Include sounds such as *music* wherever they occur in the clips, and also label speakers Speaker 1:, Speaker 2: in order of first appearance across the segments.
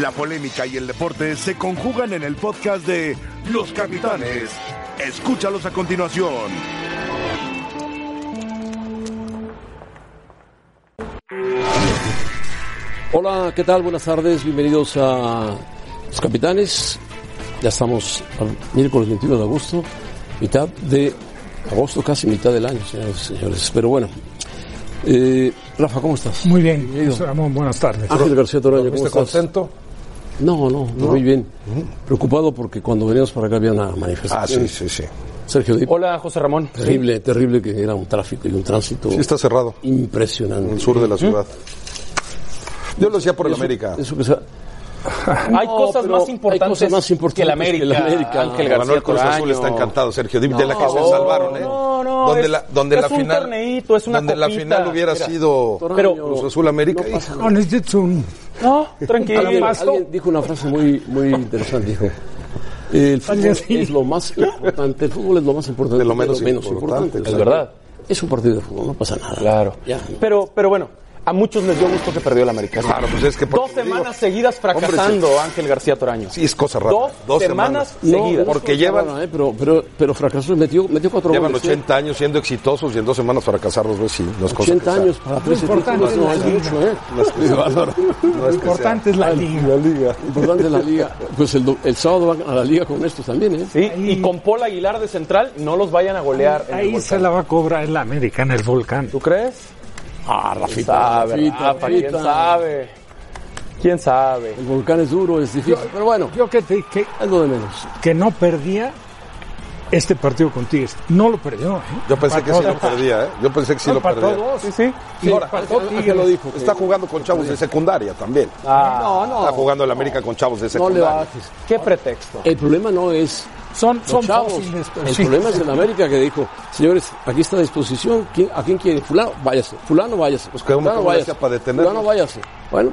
Speaker 1: La polémica y el deporte se conjugan en el podcast de Los Capitanes. Escúchalos a continuación.
Speaker 2: Hola, ¿qué tal? Buenas tardes, bienvenidos a Los Capitanes. Ya estamos al miércoles 21 de agosto, mitad de agosto, casi mitad del año, señores y señores. Pero bueno, eh, Rafa, ¿cómo estás?
Speaker 3: Muy bien, Ramón, buenas tardes.
Speaker 2: Ángel García Toraño, ¿cómo
Speaker 4: ¿Estás
Speaker 2: estás?
Speaker 4: contento?
Speaker 2: No, no,
Speaker 4: ¿No?
Speaker 2: muy bien. Preocupado porque cuando veníamos para acá había una manifestación.
Speaker 4: Ah, sí.
Speaker 2: Sergio Dip,
Speaker 5: Hola, José Ramón.
Speaker 2: terrible, terrible que era un tráfico y un tránsito
Speaker 4: Sí, está cerrado,
Speaker 2: impresionante.
Speaker 4: el sur de la ciudad. Yo lo hacía por el América.
Speaker 2: Eso que sea-
Speaker 5: hay
Speaker 2: No,
Speaker 5: cosas
Speaker 2: pero
Speaker 5: más importantes,
Speaker 2: hay cosas más importantes
Speaker 5: que el América.
Speaker 2: que el América.
Speaker 5: Ángel García
Speaker 4: Manuel Cruz Azul
Speaker 5: Toraño.
Speaker 4: está encantado, Sergio. Dip, de la que
Speaker 2: No,
Speaker 4: se salvaron, ¿eh?
Speaker 5: no, no,
Speaker 4: Donde
Speaker 5: es-
Speaker 4: la, donde
Speaker 5: es
Speaker 4: la
Speaker 5: un
Speaker 4: final,
Speaker 5: torneito, es una
Speaker 4: Donde la
Speaker 5: copita.
Speaker 4: final hubiera
Speaker 5: Mira,
Speaker 4: sido
Speaker 2: Toraño,
Speaker 4: Cruz Azul América.
Speaker 2: no
Speaker 4: y-
Speaker 2: pasa
Speaker 3: No, necesitas un...
Speaker 5: No,
Speaker 2: Alguien,
Speaker 5: tranquilo.
Speaker 2: alguien dijo una frase muy, muy interesante, dijo. El fútbol es lo más importante, el fútbol es lo más importante,
Speaker 4: De lo menos importante,
Speaker 2: o sea,
Speaker 5: es verdad.
Speaker 2: Es un partido de fútbol, no pasa nada.
Speaker 5: Claro.
Speaker 2: Ya.
Speaker 5: Pero, pero bueno, a muchos les dio gusto que perdió el América.
Speaker 4: Claro, pues es que por-
Speaker 5: Dos
Speaker 4: digo,
Speaker 5: semanas seguidas fracasando, Ángel García Toraño.
Speaker 4: sí, es cosa rara.
Speaker 5: Dos, semanas,
Speaker 2: No,
Speaker 5: seguidas.
Speaker 2: no
Speaker 4: Porque
Speaker 2: es
Speaker 4: llevan-
Speaker 2: raro, ¿eh? pero, pero, pero fracasó, metió, metió cuatro
Speaker 4: Llevan
Speaker 2: goles, ¿eh?
Speaker 4: 80 años siendo exitosos y en dos semanas fracasar dos veces. Sí, no es cosa que
Speaker 2: 80
Speaker 4: sea.
Speaker 2: años para tres
Speaker 3: importante
Speaker 2: títulos, no
Speaker 3: es
Speaker 2: es
Speaker 3: la
Speaker 2: mucho, ¿eh?
Speaker 4: No es que sea. No
Speaker 3: Lo
Speaker 4: es que sea.
Speaker 3: importante es la liga.
Speaker 2: Lo Importante es la liga. Pues el, do- el sábado van a la liga con estos también, ¿eh?
Speaker 5: Sí, y con Paul Aguilar de central, no los vayan a golear. en el
Speaker 3: Ahí
Speaker 5: volcán.
Speaker 3: se la va a cobrar el América en el volcán.
Speaker 5: ¿Tú crees?
Speaker 2: Ah,
Speaker 5: ¿Quién
Speaker 2: Rafita,
Speaker 5: sabe,
Speaker 2: Rafita,
Speaker 5: Rafa, ¿Quién
Speaker 2: Rafita.
Speaker 5: sabe? ¿Quién sabe?
Speaker 2: El volcán es duro, es difícil, pero bueno,
Speaker 3: Yo que te dije que,
Speaker 2: es lo de menos.
Speaker 3: que no perdía este partido con Tigres. No lo perdió. ¿eh?
Speaker 4: Yo pensé que sí lo
Speaker 3: Empató.
Speaker 4: perdía, ¿eh? Yo pensé que sí
Speaker 2: Ah,
Speaker 3: No,
Speaker 4: lo
Speaker 3: empató
Speaker 4: perdía.
Speaker 3: dos.
Speaker 5: Sí, sí.
Speaker 3: Y
Speaker 4: Ahora, eh,
Speaker 3: empató
Speaker 2: Ángel
Speaker 3: Tigres.
Speaker 2: lo dijo.
Speaker 4: Está jugando con chavos de secundaria también.
Speaker 5: Ah,
Speaker 4: Está jugando el América con chavos de
Speaker 2: No le
Speaker 4: secundaria.
Speaker 2: bajes.
Speaker 5: qué pretexto.
Speaker 2: El problema no es
Speaker 3: Son,
Speaker 2: los
Speaker 3: son
Speaker 2: chavos.
Speaker 3: fósiles, pero
Speaker 2: El
Speaker 3: sí.
Speaker 2: problema es en América que dijo, señores, aquí está a disposición, ¿quién- ¿a quién quiere? Fulano, váyase. Fulano, váyase.
Speaker 4: Pues, ¿cómo-
Speaker 2: fulano,
Speaker 4: cómo le hacía para detenerlos?
Speaker 2: Fulano, váyase. Bueno,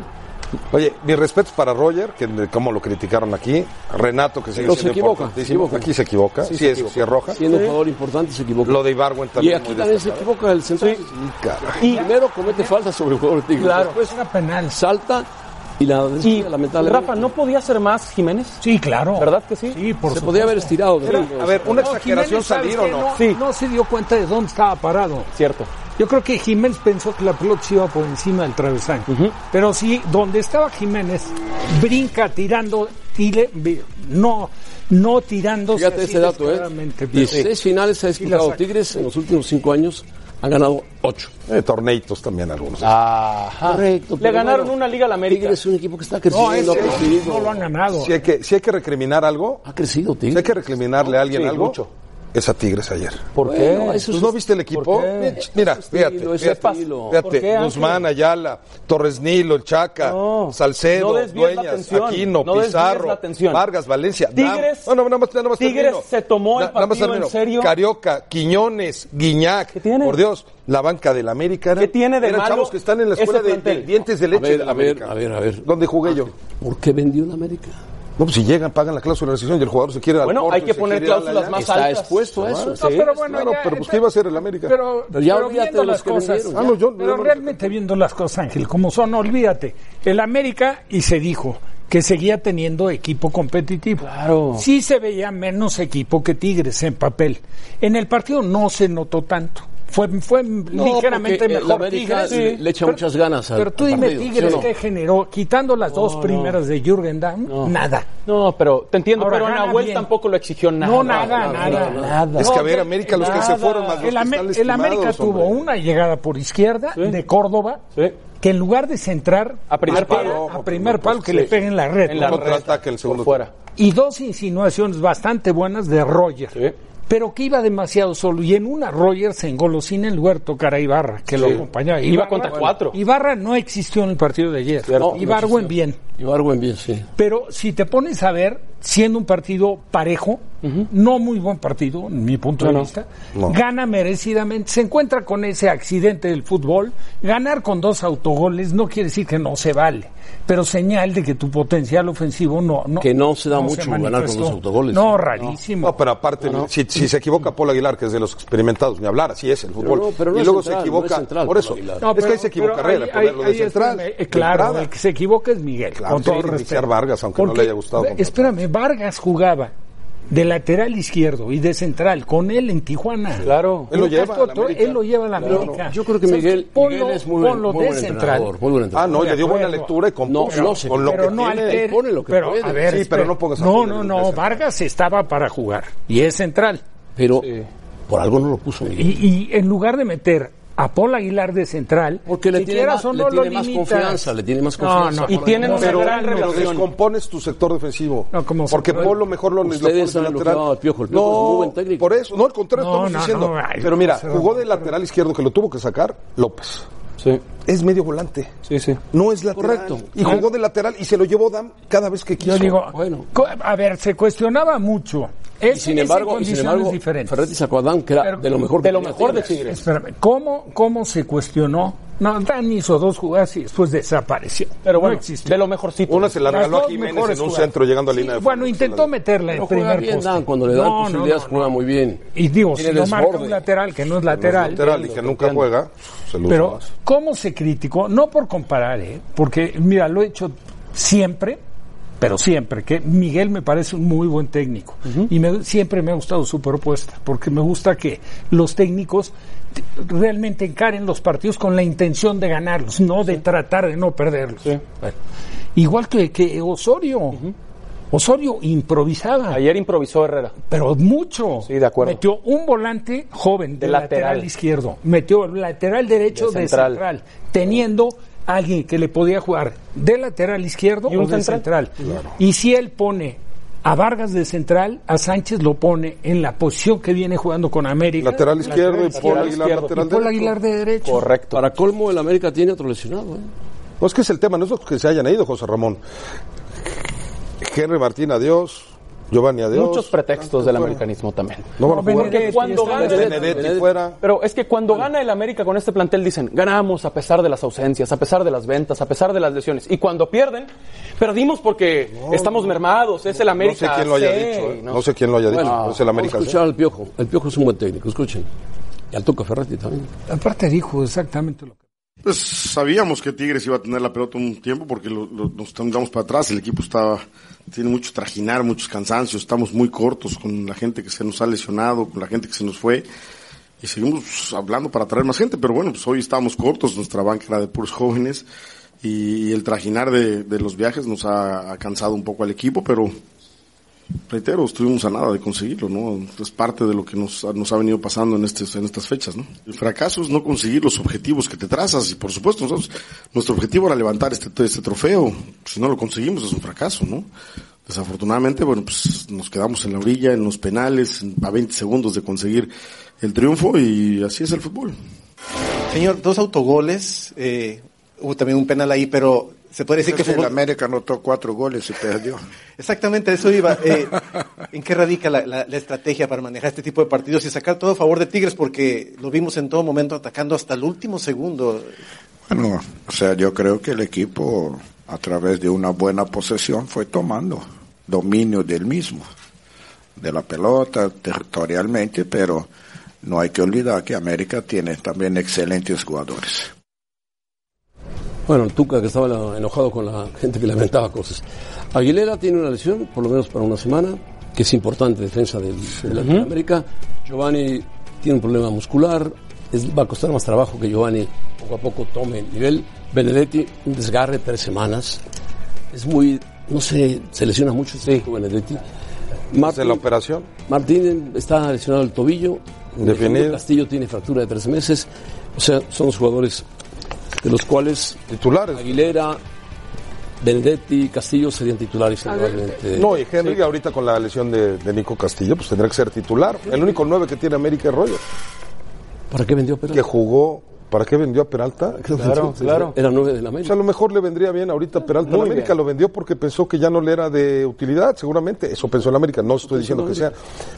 Speaker 4: Oye, mis respetos para Roger, que de- cómo lo criticaron aquí. Renato, que sigue
Speaker 2: Pero se
Speaker 4: siendo
Speaker 2: equivoca,
Speaker 4: importantísimo.
Speaker 2: se equivoca.
Speaker 4: Aquí se equivoca. Sí, es, sí es roja.
Speaker 2: siendo un jugador importante se equivoca.
Speaker 4: Lo de Ibarwen
Speaker 2: y
Speaker 4: también.
Speaker 2: aquí
Speaker 4: muy
Speaker 2: también se
Speaker 4: destacado.
Speaker 2: equivoca el centro.
Speaker 4: Caray.
Speaker 5: Y,
Speaker 2: Primero comete falta sobre el jugador Tigre.
Speaker 5: Claro.
Speaker 3: Pues una penal.
Speaker 2: Salta y la
Speaker 5: y
Speaker 2: desvía, lamentablemente.
Speaker 5: Rafa, ¿no podía ser más Jiménez?
Speaker 3: Sí, claro.
Speaker 5: ¿Verdad que sí?
Speaker 3: Sí, por
Speaker 2: se
Speaker 3: supuesto.
Speaker 2: podía haber estirado. de
Speaker 4: Era,
Speaker 2: nuevo.
Speaker 4: a ver, una
Speaker 3: No,
Speaker 4: exageración
Speaker 3: Jiménez, ¿sabes
Speaker 4: salir o
Speaker 3: qué?
Speaker 4: no.
Speaker 5: Sí.
Speaker 3: No se dio cuenta de dónde estaba parado.
Speaker 5: Cierto.
Speaker 3: Yo creo que Jiménez pensó que la pelota se iba por encima del travesaño. Pero sí, donde estaba Jiménez, brinca tirando, y le- vi- no, no tirándose
Speaker 2: Fíjate
Speaker 3: así
Speaker 2: ese dato, ¿eh?
Speaker 3: descaradamente, pero-
Speaker 2: 16 finales ha disputado
Speaker 3: saca.
Speaker 2: Tigres en los últimos 5 años, han ganado Ah. 8.
Speaker 4: Eh, torneitos también algunos.
Speaker 5: Ajá.
Speaker 2: Correcto.
Speaker 5: Le ganaron una liga a la América.
Speaker 2: Tigres es un equipo que está
Speaker 3: No,
Speaker 2: creciendo,
Speaker 3: ese
Speaker 2: ha crecido.
Speaker 3: no lo han ganado.
Speaker 4: Si hay, que, si hay que recriminar algo,
Speaker 2: Ha crecido
Speaker 4: si hay
Speaker 2: Tigres.
Speaker 4: que recriminarle a alguien
Speaker 5: Sí,
Speaker 4: algo,
Speaker 5: mucho.
Speaker 4: es a Tigres ayer.
Speaker 5: ¿Por
Speaker 2: Bueno,
Speaker 5: qué?
Speaker 2: eso
Speaker 4: ¿Tú
Speaker 2: es-
Speaker 4: Pues no viste el equipo?
Speaker 5: ¿Por
Speaker 3: Eh,
Speaker 5: qué?
Speaker 4: Mira,
Speaker 2: Ese
Speaker 4: fíjate,
Speaker 2: estilo, ese
Speaker 4: fíjate,
Speaker 2: estilo.
Speaker 4: fíjate,
Speaker 5: ¿Por qué, Ángel?
Speaker 4: Guzmán, Ayala, Torres Nilo, el Chaca,
Speaker 5: No.
Speaker 4: Salcedo,
Speaker 5: No desvíes la
Speaker 4: Dueñas,
Speaker 5: atención.
Speaker 4: Aquino,
Speaker 5: No desvíes la
Speaker 4: Pizarro,
Speaker 5: atención.
Speaker 4: Vargas, Valencia, Dam-
Speaker 5: Tigres-
Speaker 4: No, no, nada más, nada más
Speaker 5: Tigres
Speaker 4: termino.
Speaker 5: se tomó el
Speaker 4: Na- nada más
Speaker 5: partido en
Speaker 4: termino.
Speaker 5: serio.
Speaker 4: Carioca, Quiñones, Guiñac,
Speaker 5: ¿Qué tiene?
Speaker 4: por Dios, la banca del América. era-
Speaker 5: ¿Qué tiene de
Speaker 4: eran
Speaker 5: malo
Speaker 4: chavos que están en la
Speaker 5: ese
Speaker 4: escuela de, de
Speaker 5: plantel?
Speaker 4: dientes de leche
Speaker 2: ver,
Speaker 4: del
Speaker 2: a ver,
Speaker 4: América.
Speaker 2: a ver, a ver.
Speaker 4: ¿Dónde jugué yo?
Speaker 2: ¿Por qué vendió la América?
Speaker 4: No, pues si llegan, pagan la cláusula de rescisión y el jugador se quiere ir al
Speaker 5: Bueno,
Speaker 4: Porto
Speaker 5: hay
Speaker 4: y
Speaker 5: que
Speaker 4: se
Speaker 5: poner
Speaker 4: quiere ir al
Speaker 5: cláusulas
Speaker 4: Ajax.
Speaker 5: más
Speaker 2: Está
Speaker 5: altas. Ah,
Speaker 2: expuesto a eso.
Speaker 3: No,
Speaker 5: Sí,
Speaker 3: pero bueno,
Speaker 4: Claro,
Speaker 3: ya,
Speaker 4: Ah, pero pues, ¿qué iba a hacer el América?
Speaker 3: Pero,
Speaker 2: Pero ya
Speaker 3: pero
Speaker 2: olvídate
Speaker 3: viendo
Speaker 2: de los
Speaker 3: las
Speaker 2: que
Speaker 3: cosas,
Speaker 2: vendieron,
Speaker 4: Ah, no, yo-
Speaker 3: pero
Speaker 4: yo-
Speaker 3: realmente viendo las cosas, Ángel, como son, olvídate. El América, y se dijo, que seguía teniendo equipo competitivo.
Speaker 5: Claro.
Speaker 3: Sí se veía menos equipo que Tigres en papel. En el partido no se notó tanto. Fue, fue ligeramente
Speaker 2: porque, eh,
Speaker 3: mejor
Speaker 2: la América
Speaker 3: Tigres.
Speaker 2: le- le echa muchas ganas al-
Speaker 3: Pero tú
Speaker 2: al
Speaker 3: dime,
Speaker 2: partido,
Speaker 3: Tigres,
Speaker 2: ¿sí o no?
Speaker 3: ¿qué generó? Quitando las dos primeras de Jürgen Damm, nada.
Speaker 5: No, pero te entiendo,
Speaker 3: Ahora,
Speaker 5: pero
Speaker 3: gana
Speaker 5: Nahuel
Speaker 3: bien.
Speaker 5: tampoco lo exigió nada.
Speaker 3: No, nada,
Speaker 2: nada,
Speaker 3: nada.
Speaker 5: nada.
Speaker 4: Es que a
Speaker 3: No,
Speaker 4: ver,
Speaker 3: de-
Speaker 4: América, los que se
Speaker 5: nada.
Speaker 4: fueron más los
Speaker 3: el,
Speaker 4: que
Speaker 3: Ame-
Speaker 4: están
Speaker 3: el América
Speaker 4: lastimados,
Speaker 3: tuvo
Speaker 4: hombre.
Speaker 3: una llegada por izquierda de Córdoba
Speaker 5: Sí.
Speaker 3: que en lugar de centrar
Speaker 5: A primer
Speaker 3: patea
Speaker 5: palo.
Speaker 3: a primer palo que le peguen la red,
Speaker 5: En la
Speaker 4: Un
Speaker 3: ¿no?
Speaker 5: red.
Speaker 4: contraataque el segundo
Speaker 5: Por fuera.
Speaker 3: y dos insinuaciones bastante buenas de Roger.
Speaker 5: Sí.
Speaker 3: Pero que iba demasiado solo. Y en una Roger se engolosina el huerto cara Ibarra, que lo
Speaker 5: Sí.
Speaker 3: acompañaba.
Speaker 5: Iba contra cuatro.
Speaker 3: Ibarra no existió en el partido de ayer.
Speaker 5: Cierto.
Speaker 3: Ibargüen bien.
Speaker 2: Ibargüen bien, sí.
Speaker 3: Pero si te pones a ver, siendo un partido parejo, no muy buen partido, en mi punto de vista,
Speaker 4: No.
Speaker 3: gana merecidamente, se encuentra con ese accidente del fútbol, ganar con dos autogoles no quiere decir que no se vale, pero señal de que tu potencial ofensivo no... no
Speaker 2: Que no se da mucho ganar con
Speaker 3: manifestó.
Speaker 2: dos autogoles.
Speaker 3: No, rarísimo.
Speaker 4: No, pero aparte, si, si se equivoca Paul Aguilar, que es de los experimentados, ni hablar, así es el fútbol.
Speaker 2: no, pero no
Speaker 4: y
Speaker 2: es
Speaker 4: luego
Speaker 2: central,
Speaker 4: se
Speaker 2: no
Speaker 4: equivoca,
Speaker 2: es central,
Speaker 4: por eso.
Speaker 2: Paul Aguilar.
Speaker 3: No,
Speaker 4: es que ahí se
Speaker 3: pero
Speaker 4: equivoca Herrera,
Speaker 3: ahí-
Speaker 4: ponerlo de
Speaker 3: ahí- ahí es
Speaker 4: central.
Speaker 3: donde- eh,
Speaker 4: de
Speaker 3: claro,
Speaker 4: entrada.
Speaker 3: el que se equivoca es Miguel.
Speaker 4: Claro,
Speaker 3: con todo
Speaker 4: tiene que
Speaker 3: respeto.
Speaker 4: iniciar Vargas, aunque no
Speaker 3: Porque,
Speaker 4: le haya gustado
Speaker 3: ve,
Speaker 4: como
Speaker 3: Espérame, Vargas jugaba de lateral izquierdo y de central con él en Tijuana.
Speaker 5: Claro.
Speaker 4: Él lo lleva
Speaker 3: Casco
Speaker 4: a la
Speaker 3: Otto-
Speaker 4: América.
Speaker 3: él lo lleva a la
Speaker 2: Pero
Speaker 3: América.
Speaker 2: yo creo que
Speaker 3: O sea,
Speaker 2: Miguel,
Speaker 3: ponlo-
Speaker 2: Miguel es muy buen,
Speaker 3: ponlo
Speaker 2: muy buen
Speaker 3: de central.
Speaker 2: entrenador. muy buen
Speaker 4: Ah,
Speaker 2: entrenador.
Speaker 4: no, le dio buena
Speaker 3: acuerdo.
Speaker 4: lectura y compuso
Speaker 2: No, no se-
Speaker 4: con lo
Speaker 3: pero
Speaker 4: que
Speaker 3: no
Speaker 4: tiene.
Speaker 3: altere,
Speaker 2: pone lo que
Speaker 3: pero,
Speaker 2: puede.
Speaker 3: a ver,
Speaker 4: Sí, pero
Speaker 3: espera.
Speaker 4: no pongas a
Speaker 3: No,
Speaker 4: Julio
Speaker 3: no,
Speaker 4: Luis
Speaker 3: no,
Speaker 4: César.
Speaker 3: Vargas estaba para jugar y es central.
Speaker 2: Pero por algo no lo puso Miguel.
Speaker 3: Y, y en lugar de meter a Paul Aguilar de central,
Speaker 2: Porque le
Speaker 3: si
Speaker 2: tiene
Speaker 3: quieras
Speaker 2: más-
Speaker 3: o
Speaker 2: le
Speaker 3: no
Speaker 2: tiene
Speaker 3: lo
Speaker 2: más
Speaker 3: limitas.
Speaker 2: confianza, le tiene más
Speaker 3: No,
Speaker 2: confianza
Speaker 3: no,
Speaker 2: a Paul
Speaker 3: y tienen
Speaker 2: Aguilar.
Speaker 3: una
Speaker 4: Pero,
Speaker 3: gran
Speaker 4: pero
Speaker 3: relación.
Speaker 4: descompones tu sector defensivo.
Speaker 3: No, como
Speaker 4: porque
Speaker 3: sector-
Speaker 4: Polo mejor lo lo
Speaker 2: Ustedes
Speaker 4: pones de
Speaker 2: saben lo que
Speaker 4: lateral.
Speaker 2: hablaba el Piojo, el Piojo
Speaker 4: no,
Speaker 2: es muy buen técnico.
Speaker 4: Por eso, no, al contrario,
Speaker 3: No,
Speaker 4: estamos
Speaker 3: no,
Speaker 4: diciendo.
Speaker 3: no, ay,
Speaker 4: pero mira,
Speaker 3: no,
Speaker 4: jugó de lateral izquierdo que lo tuvo que sacar López.
Speaker 5: Sí,
Speaker 4: Es medio volante.
Speaker 5: sí, sí.
Speaker 4: No es lateral.
Speaker 2: Correcto.
Speaker 4: Y jugó de lateral y se lo llevó Dam cada vez que quiso.
Speaker 3: Yo digo,
Speaker 2: Bueno.
Speaker 3: co- a ver, se cuestionaba mucho.
Speaker 2: Y
Speaker 3: Es,
Speaker 2: sin embargo, y sin embargo Ferretti sacó a Dan, que era
Speaker 3: Pero-
Speaker 2: de lo mejor
Speaker 5: De
Speaker 2: que
Speaker 5: lo
Speaker 2: tenía
Speaker 5: mejor de
Speaker 2: Tigres.
Speaker 5: Tigres.
Speaker 3: Espérame, ¿cómo, ¿cómo se cuestionó? No, Dan hizo dos jugadas y después desapareció.
Speaker 5: Pero bueno,
Speaker 3: no existió.
Speaker 5: de lo mejorcito.
Speaker 4: Una se la
Speaker 3: Las
Speaker 4: regaló
Speaker 3: dos
Speaker 4: a Jiménez en un
Speaker 3: mejores jugadas.
Speaker 4: centro llegando a
Speaker 3: Sí,
Speaker 4: línea de fondo.
Speaker 3: Bueno, intentó meterla en
Speaker 2: Pero
Speaker 3: primer
Speaker 2: juega bien
Speaker 3: poste.
Speaker 2: Dan, cuando le dan
Speaker 3: No,
Speaker 2: posibilidades
Speaker 3: no, no,
Speaker 2: juega
Speaker 3: no.
Speaker 2: muy bien.
Speaker 3: Y digo,
Speaker 2: Tiene
Speaker 3: si no marca
Speaker 2: desborde.
Speaker 3: un lateral que no es
Speaker 4: No es
Speaker 3: lateral.
Speaker 4: lateral y que nunca juega, se lo
Speaker 3: Pero,
Speaker 4: usa más.
Speaker 3: ¿cómo se criticó? No por comparar, ¿eh? porque, mira, lo he hecho siempre, pero siempre, que Miguel me parece un muy buen técnico. Y me- siempre me ha gustado su propuesta, porque me gusta que los técnicos t- realmente encaren los partidos con la intención de ganarlos, no de tratar de no perderlos.
Speaker 2: Bueno,
Speaker 3: Igual que, que Osorio. Osorio improvisaba
Speaker 5: Ayer improvisó Herrera.
Speaker 3: pero mucho.
Speaker 5: Sí, de acuerdo.
Speaker 3: Metió un volante joven de,
Speaker 5: De
Speaker 3: lateral.
Speaker 5: lateral.
Speaker 3: izquierdo, metió el lateral derecho
Speaker 5: De
Speaker 3: de central,
Speaker 5: central.
Speaker 3: teniendo a alguien que le podía jugar de lateral izquierdo
Speaker 5: Y un
Speaker 3: o de central.
Speaker 5: central.
Speaker 3: Y si él pone a Vargas de central, a Sánchez lo pone en la posición que viene jugando con América.
Speaker 4: Lateral izquierdo y Paul
Speaker 5: lateral
Speaker 4: Aguilar
Speaker 5: izquierdo.
Speaker 4: lateral
Speaker 3: y Paul
Speaker 4: derecho.
Speaker 3: Aguilar de derecho.
Speaker 5: Correcto.
Speaker 2: Para colmo, el América tiene otro lesionado. ¿eh?
Speaker 4: No es que es el tema, no es los que se hayan ido, José Ramón. Henry Martín, adiós. Giovanni, adiós.
Speaker 5: Muchos pretextos del americanismo también.
Speaker 4: No van a jugar.
Speaker 3: Benedetti
Speaker 5: cuando
Speaker 3: está-
Speaker 5: gana-
Speaker 4: Benedetti
Speaker 2: Benedetti.
Speaker 4: fuera.
Speaker 5: Pero es que cuando gana el América con este plantel dicen, ganamos a pesar de las ausencias, a pesar de las ventas, a pesar de las lesiones. Y cuando pierden, perdimos porque estamos mermados, es el
Speaker 4: No sé
Speaker 5: América.
Speaker 4: quién lo haya
Speaker 5: sí,
Speaker 4: dicho. ¿eh?
Speaker 5: no
Speaker 4: No sé quién lo haya dicho.
Speaker 2: Bueno,
Speaker 4: es el América. ¿eh?
Speaker 2: Vamos a escuchar al Piojo. El Piojo es un buen técnico, escuchen. Y al Tuca Ferretti también.
Speaker 3: Aparte dijo exactamente lo que.
Speaker 6: Pues sabíamos que Tigres iba a tener la pelota un tiempo porque lo- lo- nos andamos para atrás, el equipo estaba, tiene mucho trajinar, muchos cansancios, estamos muy cortos con la gente que se nos ha lesionado, con la gente que se nos fue y seguimos pues, hablando para traer más gente, pero bueno, pues hoy estábamos cortos, nuestra banca era de puros jóvenes y, el trajinar de, de los viajes nos ha, ha cansado un poco al equipo, pero reitero, estuvimos a nada de conseguirlo, ¿no? Es parte de lo que nos, nos ha venido pasando en, estes- en estas fechas, ¿no? El fracaso es no conseguir los objetivos que te trazas y, por supuesto, nosotros, nuestro objetivo era levantar este, este trofeo. Si no lo conseguimos es un fracaso, ¿no? Desafortunadamente, bueno, pues nos quedamos en la orilla, en los penales, a 20 segundos de conseguir el triunfo y así es el fútbol.
Speaker 7: Señor, dos autogoles, eh, hubo también un penal ahí, pero se puede decir que
Speaker 8: el
Speaker 7: fútbol-
Speaker 8: América anotó cuatro goles y perdió.
Speaker 7: Exactamente, eso iba. eh, ¿En qué radica la, la- la estrategia para manejar este tipo de partidos y sacar todo a favor de Tigres? Porque lo vimos en todo momento atacando hasta el último segundo.
Speaker 8: Bueno, o sea, yo creo que el equipo, a través de una buena posesión, fue tomando dominio del mismo, de la pelota, territorialmente, pero no hay que olvidar que América tiene también excelentes jugadores.
Speaker 2: Bueno, el Tuca que estaba la- enojado con la gente que le aventaba cosas. Aguilera tiene una lesión, por lo menos para una semana, que es importante defensa del, de América. Giovanni tiene un problema muscular, es- va a costar más trabajo que Giovanni poco a poco tome el nivel. Benedetti, un desgarre tres semanas. Es muy, no sé, se lesiona mucho este chico Benedetti.
Speaker 4: Hace la operación.
Speaker 2: Martín está lesionado el tobillo.
Speaker 4: Definido.
Speaker 2: Castillo tiene fractura de tres meses. O sea, son los jugadores de los cuales
Speaker 4: Titulares.
Speaker 2: Aguilera, Benedetti, Castillo serían titulares probablemente.
Speaker 4: No, y Henry ahorita con la lesión de, de Nico Castillo, pues tendrá que ser titular. El único nueve que tiene América es Roger,
Speaker 2: ¿Para qué vendió Perón?
Speaker 4: que jugó ¿Para qué vendió a Peralta? *laughs*
Speaker 5: Claro, claro.
Speaker 2: Era 9 de la
Speaker 4: O sea, a
Speaker 2: América.
Speaker 4: lo mejor le vendría bien ahorita Peralta a la
Speaker 5: Muy
Speaker 4: América.
Speaker 5: bien.
Speaker 4: Lo vendió porque pensó que ya no le era de utilidad, seguramente. Eso pensó el América. No estoy diciendo que sea.